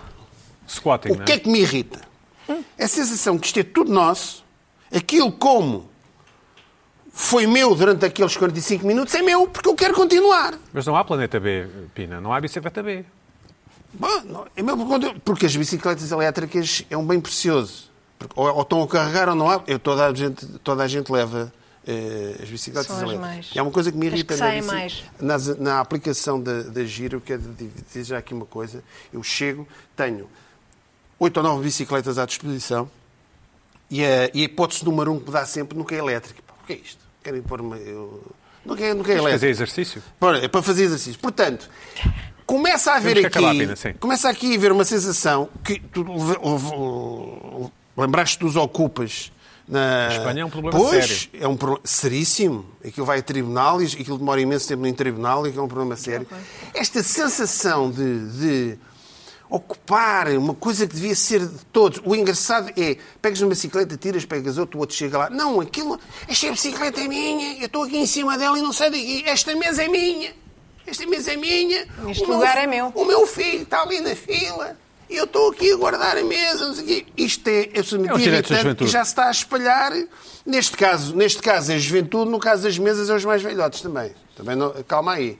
Squatting,
o
não
que é que me irrita?
Hum?
É a sensação de isto é tudo nosso, aquilo como foi meu durante aqueles 45 minutos é meu, porque eu quero continuar.
Mas não há planeta B, Pina. Não há bicicleta B.
Bom, não- é mesmo quando- porque as bicicletas elétricas é um bem precioso. Porque Ou, ou estão a carregar ou não há. Eu, toda, a gente, toda a gente leva eh, as bicicletas
São as
elétricas.
mais.
É uma coisa que me
As
irrita
que
na,
saem
bici-
mais.
nas- na aplicação da, da Giro. é Eu quero di- dizer já aqui uma coisa. Eu chego, tenho oito ou nove bicicletas à disposição e a, e a hipótese número um que me dá sempre nunca é elétrica. Pá, O que é isto? Querem pôr-me. Eu... Nunca é, nunca é
Queres
elétrica.
fazer exercício?
Para, é para fazer exercício. Portanto, começa a haver
que acabar,
aqui,
Pina, sim.
começa aqui a haver uma sensação que tu leve- leve- lembraste dos ocupas na
Espanha é um problema
pois,
sério.
é um problema seríssimo. Aquilo vai a tribunal e aquilo demora imenso tempo em tribunal e aquilo é um problema sério. Esta sensação de, de ocupar uma coisa que devia ser de todos. O engraçado é, pegas uma bicicleta, tiras, pegas outra, o outro chega lá. Não, aquilo, esta bicicleta é minha, eu estou aqui em cima dela e não sei daqui. Esta mesa é minha, esta mesa é minha.
Este
O meu
lugar
fi-
é meu.
O meu filho está ali na fila. E eu estou aqui a guardar a mesa, não sei o quê. Isto é absolutamente
É os direitos da
irritante
juventude.
e já se está a espalhar. Neste caso, neste caso é a juventude, no caso das mesas é os mais velhotes também. também não- calma aí.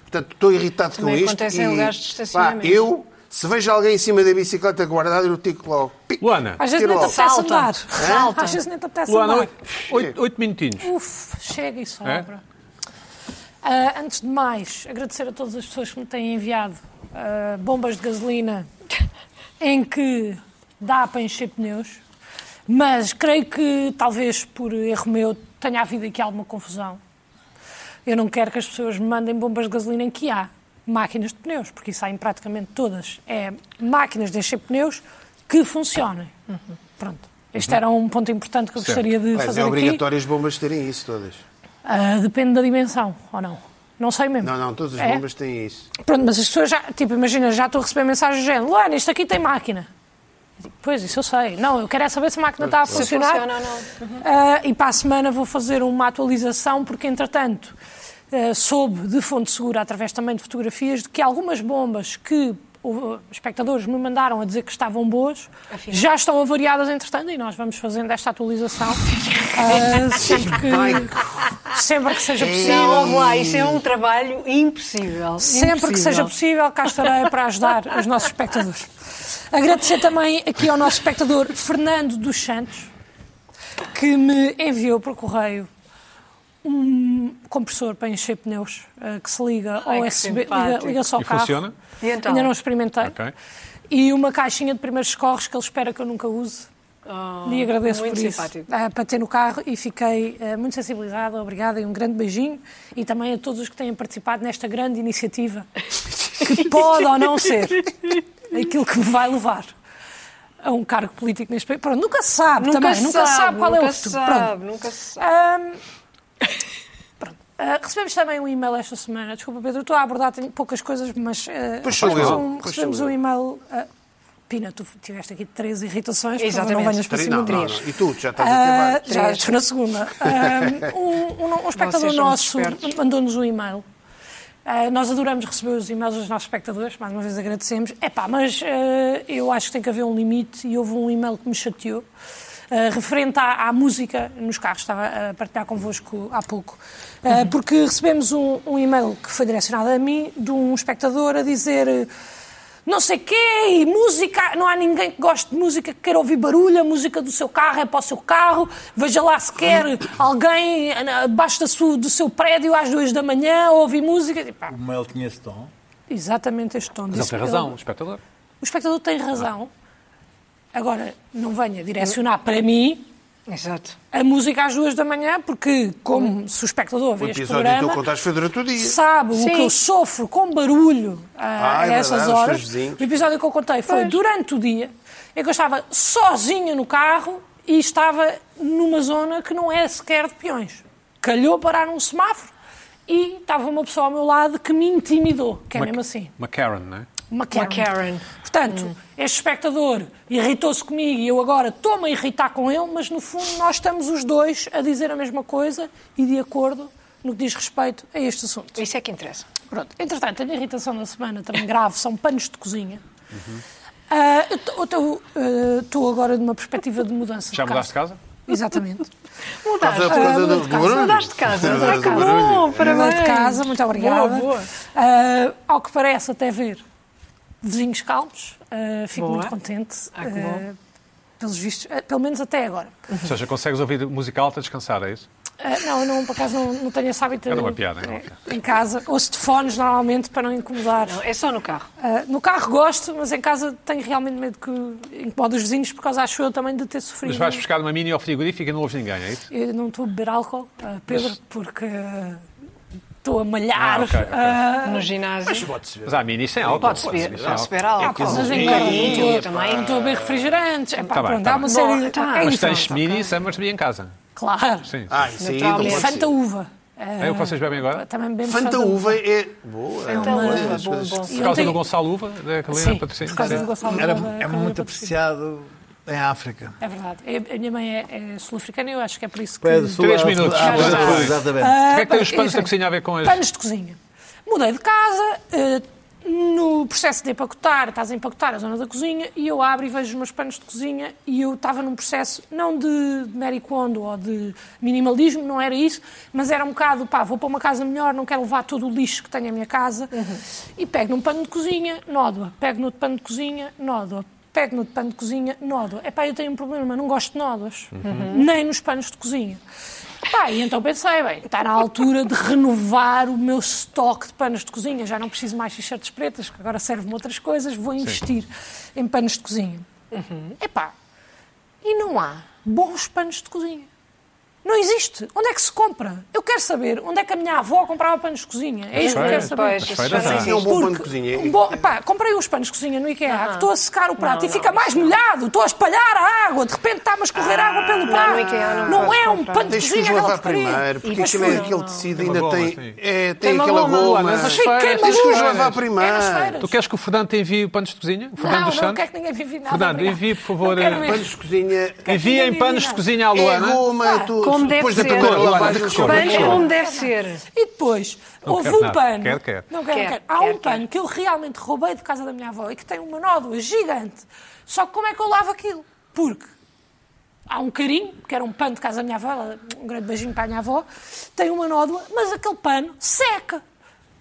Portanto, estou irritado
Também
com isto.
acontece
e,
em lugares de
pá,
estacionamento.
eu, se vejo alguém em cima da bicicleta guardada, eu tico logo. Pico,
Luana.
Às vezes um nem te
logo.
apetece
Salta.
andar.
Salta.
Às vezes nem te apetece
Luana,
andar.
oito, oito- oito minutinhos.
Uf, chega e sobra.
É?
Ah, antes de mais, agradecer a todas as pessoas que me têm enviado ah, bombas de gasolina em que dá para encher pneus, mas creio que talvez por erro meu tenha havido aqui alguma confusão. Eu não quero que as pessoas me mandem bombas de gasolina em que há máquinas de pneus, porque isso há em praticamente todas. É máquinas de encher pneus que funcionem. Pronto. Este era um ponto importante que eu
Uhum. Certo.
gostaria de
Mas
fazer
é
aqui.
obrigatório as bombas terem isso todas.
Ah, depende da dimensão, ou não? Não sei mesmo.
Não, não, todas as
É?
bombas têm isso.
Pronto, mas as pessoas já, tipo, imagina, já estou a receber mensagens do género, Luana, isto aqui tem máquina. Eu digo, Pois, isso eu sei. Não, eu quero é saber se a máquina está a funcionar.
funciona ou não.
Ah, e para a semana vou fazer uma atualização, porque entretanto ah, soube de fonte segura, através também de fotografias, de que algumas bombas que uh, espectadores me mandaram a dizer que estavam boas,
Afinal.
já estão avariadas entretanto e nós vamos fazendo esta atualização ah, sempre, que, sempre que seja possível.
Não, ouve lá, isso é um trabalho impossível.
Sempre que seja
Impossível.
possível, cá estarei para ajudar os nossos espectadores. Agradecer também aqui ao nosso espectador Fernando dos Santos, que me enviou por correio um compressor para encher pneus eh, que se liga
Ai,
ao
que
USB, liga,
simpático.
liga só ao
E
carro.
funciona?
E então?
Ainda não experimentei.
Ok.
E uma caixinha de primeiros socorros que ele espera que eu nunca use.
Oh,
E agradeço
muito
por isso,
simpático.
ah, para ter no carro e fiquei ah, muito sensibilizada, obrigada e um grande beijinho. E também a todos os que têm participado nesta grande iniciativa, que pode ou não ser aquilo que me vai levar a um cargo político neste país. Pronto, nunca se sabe
Nunca
também,
se
nunca se sabe
sabe,
qual é o
nunca se
futuro. Pronto.
sabe, nunca se sabe.
Ahm, pronto. Ah, recebemos também um e-mail esta semana. Desculpa, Pedro, eu estou a abordar tenho poucas coisas, mas ah,
Pois sou
recebemos
eu,
um,
pois
recebemos
sou
um
eu.
e-mail. ah, Pina, tu tiveste aqui três irritações, por favor, não
Exatamente.
venhas para
Três-
cima
não,
de
não,
mim.
não. E tu, já estás a ter
Ah,
vários.
já estou na segunda. Ah, um, um- um espectador
Vocês são
nosso
espertos.
mandou-nos um e-mail. Ah, nós adoramos receber os e-mails dos nossos espectadores, mais uma vez agradecemos. Epá, mas ah, eu acho que tem que haver um limite e houve um e-mail que me chateou. ah, referente à, à música nos carros, estava a partilhar convosco há pouco, Ah,
Uhum.
porque recebemos um, um e-mail que foi direcionado a mim de um espectador a dizer não sei quê, e música, não há ninguém que goste de música que queira ouvir barulho, a música do seu carro é para o seu carro, veja lá se quer alguém eh, abaixo da sua- do seu prédio às duas da manhã a ouvir música. E pá,
O mail tinha esse tom.
exatamente este tom.
Mas ele
Disse
tem
que
razão, o
ele-
espectador.
O espectador tem razão. Agora, não venha direcionar para mim
Ah, Exato.
a música às duas da manhã, porque
Uhum.
como se o espectador
O
vê este
episódio que tu
programa,
contaste foi durante o dia.
sabe o
Sim.
que eu sofro com barulho ah,
Ah, é
a essas
verdade, os
horas.
teus vizinhos.
O episódio que eu contei foi durante o dia, em que eu estava sozinha no carro e estava numa zona que não é sequer de peões. Calhou parar num semáforo e estava uma pessoa ao meu lado que me intimidou, que é
Uma-
mesmo assim.
Uma Karen, não é?
Uma Karen.
Uma Karen.
Portanto, este espectador irritou-se comigo e eu agora estou-me a irritar com ele, mas no fundo nós estamos os dois a dizer a mesma coisa e de acordo no que diz respeito a este assunto.
Isso é que interessa.
Pronto. Entretanto, a minha irritação da semana também grave são panos de cozinha. Ah, eu estou agora numa perspectiva de mudança
Já
de
mudaste de
casa.
casa?
Exatamente.
Estás a
Mudaste.
fazer
mudou
é do
de casa,
barulho?
Mudaste de casa.
Estás a
Ai,
fazer
que
do barulho?
bom,
Mudou
parabéns.
de casa, muito obrigada.
Boa, boa.
Ah, ao que parece até ver, vizinhos calmos. Ah, fico
Boa.
muito contente.
Ah, que bom.
ah, pelos vistos, ah, pelo menos até agora.
Ou seja, consegues ouvir música alta descansada, é isso?
Ah, não, eu não, por acaso não, não tenho esse hábito
Era uma piada, era uma piada.
em casa. Ouço de fones normalmente para não incomodar.
Não, é só no carro.
Ah, no carro gosto, mas em casa tenho realmente medo que incomode os vizinhos, por causa, acho eu, também de ter sofrido.
Mas vais buscar uma mini ao frigorífico e não ouves ninguém, é isso?
Eu não estou a beber álcool, ah, Pedro, porque ah, estou a malhar.
Ah, ok, ok.
ah,
No ginásio.
Pode-se ver.
Mas há mini sem álcool.
Pode-se beber,
sem
pode-se
álcool.
beber álcool.
mas em
Não,
casa
eu
não
também.
estou- não estou a beber refrigerantes. Epá,
Tá bem,
pronto,
tá
há uma
bem.
série
Bom, tá.
é
Mas
isso,
tens
tá,
mini
ok.
Summers Bee em casa.
Claro.
Sim.
Ah, isso aí não
Naturalmente.
pode
Fanta
ser.
uva. Ah,
É o que vocês bebem agora?
Também bebemos
Fanta uva é boa. é
Então,
uma
boa,
das
bom,
coisas
bom.
Por causa
Ontem-
do é Gonçalo Uva, da Carolina
Sim,
Patrocínio.
por causa do Gonçalo
Era,
Uva,
é
Carolina
muito
Patrocínio.
apreciado em África.
É verdade. Eu- A minha mãe é, é sul-africana e eu acho que é por isso que...
Pé do sul,
Três
África-
minutos.
África do Sul,
Ah,
Exatamente.
O que é que tem os
Enfim,
panos da cozinha a ver com as...
Panos de cozinha. Mudei de casa, eh, no processo de empacotar, estás a empacotar a zona da cozinha, e eu abro e vejo os meus panos de cozinha, e eu estava num processo, não de Mary Kondo ou de minimalismo, não era isso, mas era um bocado, pá, vou para uma casa melhor, não quero levar todo o lixo que tenho a minha casa, e pego num pano de cozinha, nódoa, pego no pano de cozinha, nódoa. Pego no pano de cozinha, nódoa. Epá, eu tenho um problema, não gosto de nódoas. Nem nos panos de cozinha. Pá, e então pensei, bem, está na altura de renovar o meu estoque de panos de cozinha. Já não preciso mais de t-shirts pretas, que agora servem-me outras coisas. Vou investir em panos de cozinha.
Uhum.
Epá, e não há bons panos de cozinha. Não existe. Onde é que se compra? Eu quero saber onde é que a minha avó comprava panos de cozinha. É isso que eu quero
Pois,
saber.
Pois,
Mas
isso
faz
já
razão.
É
não
um
existe.
bom pano de
Porque
cozinha.
um bom- pá, comprei uns panos de cozinha no IKEA, que estou a secar o prato
Não,
e fica
não, Ah,
mais molhado, estou a espalhar a água, de repente está-me a escorrer água pelo prato.
no IKEA não podes
é um
comprar.
pano de
Tens que os
cozinha aquela
lavar
porcaria.
primeiro,
E
porque
depois
aquilo é
fui-
aquele tecido
Tem uma
ainda
goma,
tem.
sim.
é, tem
uma
aquela
goma,
goma.
Luana, nas
Tens
feiras.
que os
É nas
lavar
feiras.
primeiro.
Tu queres que o Fernando te envie panos de cozinha? O Fernando
Não,
dos
não
Santos?
quero que ninguém envie nada.
Fernando,
obrigada.
envie, por favor,
Não quero
eh,
Panos
mesmo.
de cozinha.
Enviem
ninguém
panos
diga.
de cozinha à
É
Luana.
goma. tu-
como deve
Depois da um
ser.
primeira
Luana,
lavagem.
que
tu-
cor?
Bem, como deve ser.
E depois,
Não
houve
quero
um
nada.
pano.
Quero, quero.
Não quero,
Quero,
não quero. Há
quero,
um pano
quero.
que eu realmente roubei de casa da minha avó e que tem uma nódoa gigante. Só que como é que eu lavo aquilo? Porque há um carinho, que era um pano de casa da minha avó, ela- um grande beijinho para a minha avó, tem uma nódoa, mas aquele pano seca.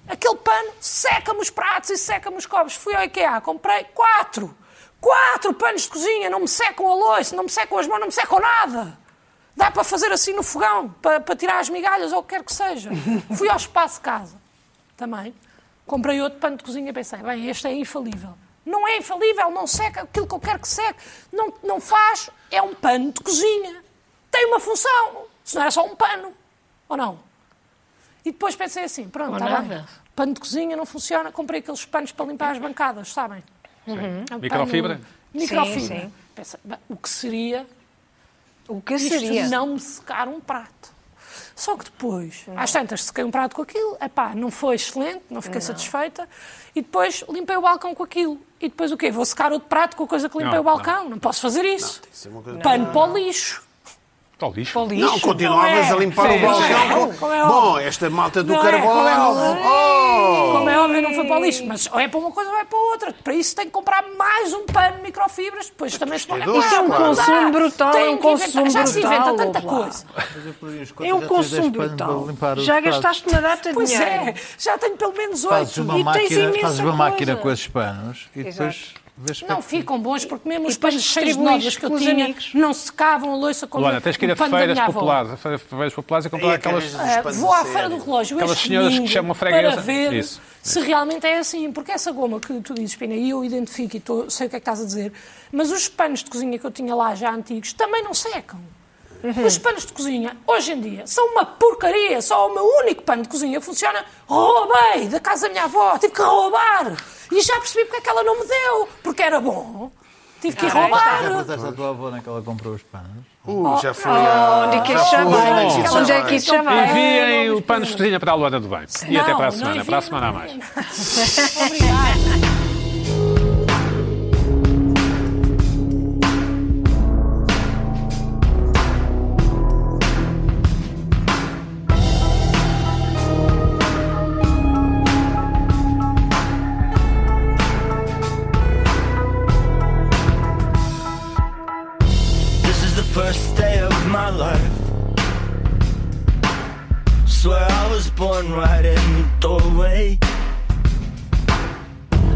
Aquele pano seca-me os pratos e seca-me os copos. Fui ao IKEA, comprei quatro. Quatro panos de cozinha, não me secam a louça, não me secam as mãos, não me secam nada. Dá para fazer assim no fogão, para, para tirar as migalhas ou o que quer que seja. Fui ao espaço de casa também. Comprei outro pano de cozinha e pensei, bem, este é infalível. Não é infalível, não seca aquilo que eu quero que seque. Não, não faz, é um pano de cozinha. Tem uma função, se não era só um pano, ou não? E depois pensei assim, pronto,
Ou
está bem.
nada.
Pano de cozinha não funciona, comprei aqueles panos para limpar as bancadas, sabem? É um
Uhum. Microfibra?
pano- Microfibra.
Sim, sim.
Pensei, bem, o que seria
O que
isto
seria?
não me secar um prato. Só que depois,
Hum.
às tantas, sequei um prato com aquilo, epá, não foi excelente, não fiquei satisfeita, e depois limpei o balcão com aquilo. E depois o quê? Vou secar outro prato com a coisa que limpei
Não,
o balcão? Não, posso fazer isso. é
ser uma coisa-
Pano para o lixo.
Está o lixo.
Não, continuavas
Não é.
a limpar
Sim,
o balcão.
sim. Como é
Bom, esta malta do
Não é, como é óbvio.
carbono.
Como é óbvio, não foi para o lixo, mas ou é para uma coisa ou é para outra. Para isso tem que comprar mais um pano de microfibras, depois também se pode. Ah,
Isto
Epá,
é um
não dá.
consumo brutal,
Tem
é um
que inventar-
consumo
Já se inventa
brutal,
tanta
Olá.
coisa.
É um consumo brutal. Já gastaste uma data de
Pois é,
dinheiro.
já tenho pelo menos
Fazes
oito.
uma,
E tens
máquina,
imensa
fazes uma máquina
coisa.
com esses panos e
Exato.
depois vês
Não ficam bons porque mesmo os
depois
panos cheios de
distribuís
novas que eu
pelos
tinha
amigos.
não secavam a louça como
Luana, tens que ir
o
a
pano da
feiras
minha avó.
populares, a fe- feiras populares e comprar
E
aquelas...
aquelas-
Ah,
panos
vou
a
à feira do
sério.
relógio
Aquelas
este
senhoras que
domingo
chamam a freguesa.
para ver
Isso.
se realmente é assim, porque essa goma que tu dizes, Pina, e eu identifico e tô- sei o que é que estás a dizer, mas os panos de cozinha que eu tinha lá já antigos também não secam.
Uhum.
Os panos de cozinha, hoje em dia, são uma porcaria. Só o meu único pano de cozinha funciona. Roubei da casa da minha avó, tive que roubar. E já percebi porque é que ela não me deu, porque era bom. Tive
Ah, é,
que ir roubar.
Perguntaste à tua avó onde é que ela comprou os panos?
Uh, já foi. a-
Onde é que
já
isso
foi,
chama?
já foi.
Onde é que isso chama?
Enviem o panos de cozinha para a Luana do Bem. E
Não,
até para a
não
semana.
enviem,
Para a semana há
não
mais.
enviem. Obrigada.
swear I was born right in the doorway.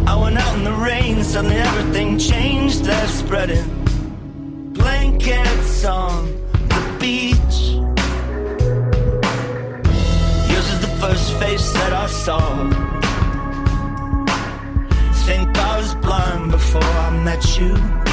I went out in the rain, suddenly everything changed. They're spreading blankets on the beach. Yours is the first face that I saw. Think I was blind before I met you.